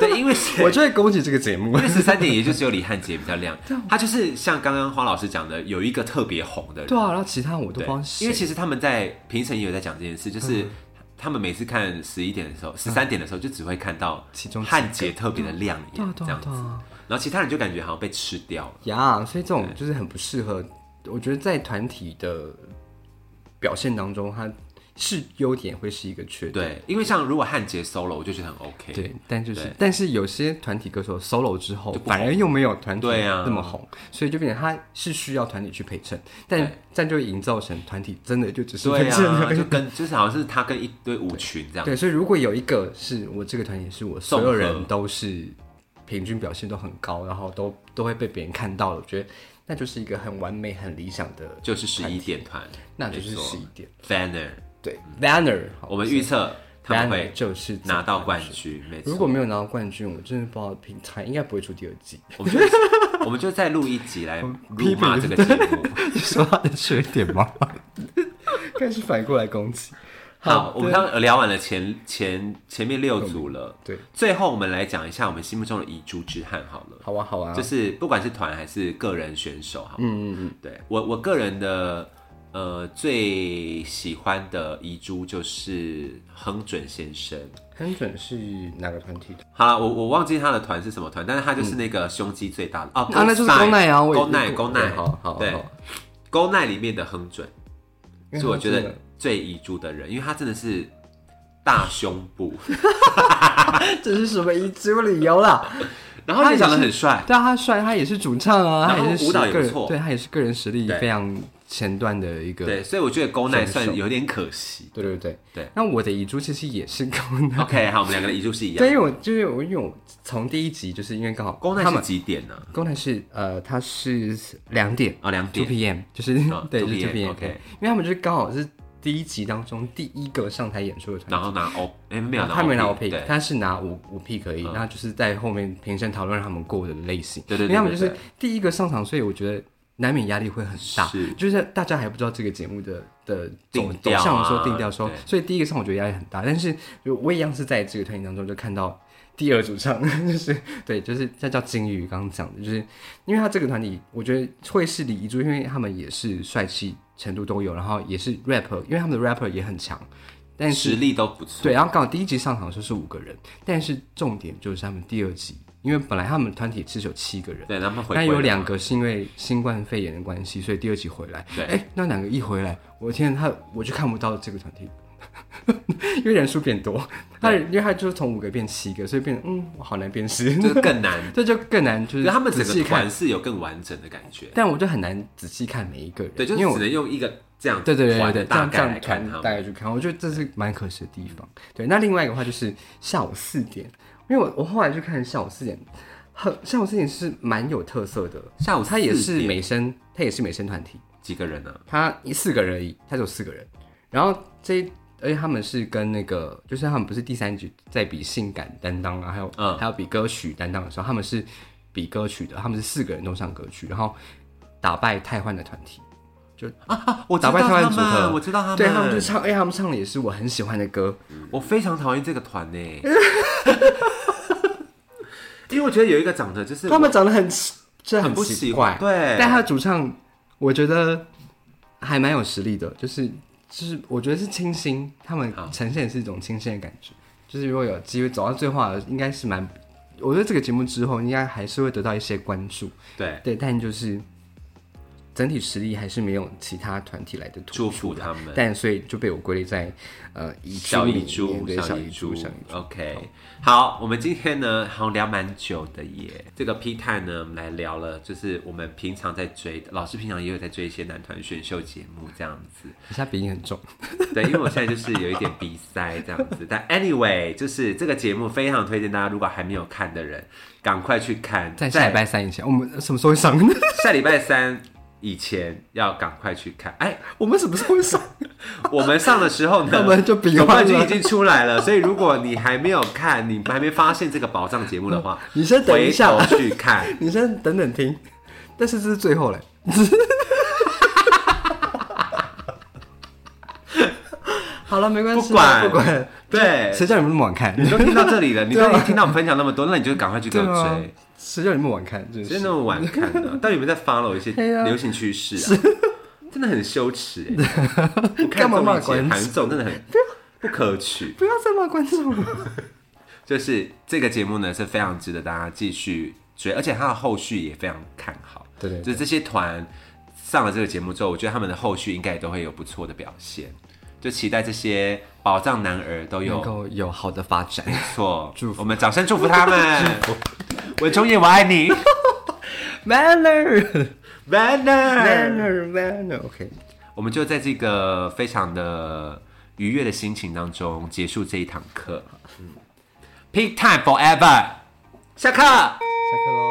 A: 对，因为
B: 我就会攻击这个节目
A: 因。为十三点也就只有李汉杰比较亮，他就是像刚刚花老师讲的，有一个特别红的人，
B: 对啊，然后其他我都不
A: 对
B: 知道是谁，
A: 因为其实他们在评审也有在讲这件事，就是。
B: 嗯
A: 他们每次看十一点的时候，十三点的时候就只会看到
B: 其中几
A: 汉杰特别的亮
B: 对啊
A: 眼这
B: 对啊
A: 样子
B: 对，啊
A: 然后其他人就感觉好像被吃掉了。
B: 呀所以这种就是很不适合。我觉得在团体的表现当中，它是优点会是一个缺点，
A: 对，因为像如果汉杰 solo，我就觉得很 OK。
B: 对，但就是
A: 对
B: 但是有些团体歌手 solo 之后
A: 就，不
B: 反而又没有团体
A: 对啊
B: 那么红，所以就变成他是需要团体去陪衬，但
A: 对
B: 但就营造成团体真的就只是陪
A: 对
B: 衬
A: 啊，
B: 而已
A: 就跟就是好像是他跟一堆舞群这样。
B: 对，所以如果有一个是我这个团体是我所有人都是平均表现都很高，然后都都会被别人看到了，我觉得那就是一个很完美、很理想的，
A: 就是十一点团，
B: 那就是
A: 没错
B: 十一点。
A: Banner，
B: 对，Banner，好
A: 我们预测他们
B: Banner
A: 会
B: 就是
A: 拿到冠。军，没错。
B: 如果没有拿到冠军，我真的不知道平台应该不会出第二 季，
A: 我们就我们就再录一集来
B: 批
A: 辱
B: 评
A: 骂这个节 目。
B: 说他的缺点吗？ 开始反过来攻击。
A: 好，我们刚刚聊完了前前前面六组了，
B: 对，
A: 最后我们来讲一下我们心目中的遗珠之憾好了。
B: 好啊，好啊，
A: 就是不管是团还是个人选手，哈，
B: 嗯嗯嗯，
A: 对我我个人的呃最喜欢的遗珠就是亨准先生。
B: 很准是哪个团体的？
A: 好了，我我忘记他的团是什么团，但是他就是那个胸肌最大的、哦
B: 啊那就是
A: 勾
B: 勾奈啊我也
A: 勾奈勾奈，
B: 对好好好
A: 对，勾奈里面的亨准
B: 因为
A: 是我觉
B: 他真
A: 得
B: 的
A: 最遗珠的人，因为他真的是大胸 部，
B: 这是什么遗珠理由啦？
A: 然后
B: 他
A: 也
B: 也
A: 长得
B: 是
A: 很帅，
B: 但啊他帅，他也是主唱啊，
A: 然
B: 他
A: 后
B: 也是
A: 舞蹈
B: 是
A: 也
B: 个
A: 不
B: 人
A: 错，
B: 对他也是个人实力
A: 对
B: 非常前段的一个，
A: 对，所以我觉得勾奈
B: 选手
A: 算有点可惜。
B: 对对对
A: 对。哦
B: 那我的遗珠其实也是高奈，
A: OK，好，我们两个的遗珠是一
B: 对，因
A: 样。
B: 为我就是我因为我从第一集就是因为刚好
A: 勾奈
B: 他
A: 是
B: 们
A: 几点呢、
B: 高奈是呃他是两点
A: 啊？两
B: two
A: 点。
B: p.m. 就是
A: 哦
B: 对，就
A: 2PM
B: 是 two p.m.
A: OK
B: 因为他们就是刚好是第一集当中第一个上台演出的团体。
A: 然后拿 O，哎、没有拿 O，
B: 他没有拿五 P，
A: 对，嗯
B: 他是拿五五 P 可以，那、就是在后面评审讨论他们过的类型。
A: 对对对
B: 因为他们就
A: 对
B: 是
A: 对
B: 第一个上场，所以我觉得难免压力会很大。
A: 是
B: 就是大家还不知道这个节目的的走
A: 定
B: 走
A: 调啊
B: 向的时候，定调的时候
A: 对，
B: 所以第一个上我觉得压力很大。但是就我一样是在这个团体当中就看到第二主唱，就是 对，就是他叫金鱼，刚刚讲的，就是因为他这个团体，我觉得会是李遗珠，因为他们也是帅气程度都有，然后也是 rapper，因为他们的 rapper 也很强。但是
A: 实力都不错。
B: 对，然后刚好第一集上场的时候是五个人，但是重点就是他们第二集，因为本来他们团体是有七个人，
A: 对，他们回
B: 但
A: 归了
B: 有两
A: 嘛
B: 个是因为新冠肺炎的关系，所以第二集回来。
A: 对
B: 哎，那两个一回来，我天，他我就看不到这个团体， 因为人数变多，他因为他就是从五个变七个，所以变得嗯，我好难辨识，
A: 就是更难，
B: 这就更难，就
A: 就是是他们
B: 仔
A: 整
B: 细
A: 个
B: 看，
A: 团是有更完整的感觉。
B: 但我就很难仔细看每一个人，
A: 对，就是
B: 因为
A: 只
B: 我
A: 能用一个这样
B: 对对对对
A: 团
B: 对，这
A: 大
B: 样这
A: 概来看
B: 样团
A: 他
B: 大
A: 们。
B: 概去看，我觉得这是蛮可惜的地方。对，那另外一个话就是下午四点，因为我我后来去看下午四点，很下午四点是蛮有特色的。
A: 下午
B: 他也
A: 4
B: 是
A: 点
B: 美声，他也是美声团体，
A: 几个人呢、啊？
B: 他一四个人而已，他只有四个人。然后这一而且他们是跟那个，就是他们不是第三局在比性感担当啊，还有、
A: 嗯
B: 还有比歌曲担当的时候，他们是比歌曲的，他们是四个人都上歌曲，然后打败太换的团体。
A: 啊我知
B: 打败
A: 道
B: 台湾
A: 他
B: 组合
A: 们，我知道他们，
B: 对他们就唱，哎、他们唱的也是我很喜欢的歌，
A: 我非常讨厌这个团呢， 因为我觉得有一个长得就是
B: 他们长得很奇，这
A: 我很不
B: 奇
A: 喜
B: 怪
A: 欢，。对，
B: 但他的主唱，我觉得还蛮有实力的，就是就是我觉得是清新，他们
A: 好
B: 呈现的是一种清新的感觉。就是如果有机会走到最后啊，应该是蛮，我觉得这个节目之后应该还是会得到一些关注，
A: 对，
B: 对，但就是整体实力还是没有其他团体来的突
A: 祝
B: 出。
A: 福他们。
B: 但所以就被我归类在呃遗珠
A: 小哦
B: 里
A: 遗
B: 面
A: 珠，
B: 对小
A: 遗
B: 珠小遗珠
A: OK，好，我们今天呢，好像聊蛮久的耶。这个 P 探呢，我们来聊了，就是我们平常在追的，老师平常也有在追一些男团选秀节目这样子。
B: 一下鼻音很重。
A: 对，因为我现在就是有一点鼻塞这样子。但 anyway，就是这个节目非常推荐大家，如果还没有看的人，赶快去看，
B: 在下礼拜三以前，我们什么时候会上？
A: 下礼拜三以前要赶快去看。哎，
B: 我们什么时候会上？
A: 我们上的时候 呢，
B: 我们就比
A: 总
B: 完了
A: 冠军已经出来了，所以如果你还没有看，你还没发现这个宝藏节目的话，
B: 嗯你先等一下
A: 回头去看。
B: 你先等等听。但是这是最后嘞。 好了，没关系，
A: 不管
B: 不管，
A: 对，
B: 谁叫你们那么晚看？
A: 你都听到这里了，你都
B: 对啊
A: 已经听到我们分享那么多，那你就赶快去给
B: 对
A: 我
B: 啊
A: 追。，
B: 谁叫你们晚看？真
A: 真
B: 是
A: 的那么晚看的，啊到底有没有在 follow 一些
B: 对啊
A: 流行趋势啊？ 真的很羞耻哎！我看
B: 干嘛
A: 综
B: 骂
A: 艺节
B: 观众
A: 韩综真的很
B: 啊
A: 不可取。
B: 不要再骂观众 了。
A: 就是这个节目呢是非常值得大家继续追，而且它的后续也非常看好。
B: 对对对
A: 就是这些团上了这个节目之后，我觉得他们的后续应该也都会有不错的表现，就期待这些宝藏男儿都有
B: 能够有好的发展。
A: 不错
B: 祝福
A: 我们掌声祝福他 们。文忠也我爱你
B: Manner，Manner，Manner，OK。哎
A: ，Banner。
B: OK
A: 我们就在这个非常的愉悦的心情当中结束这一堂课。嗯，Peak time forever，下课。
B: 下课喽。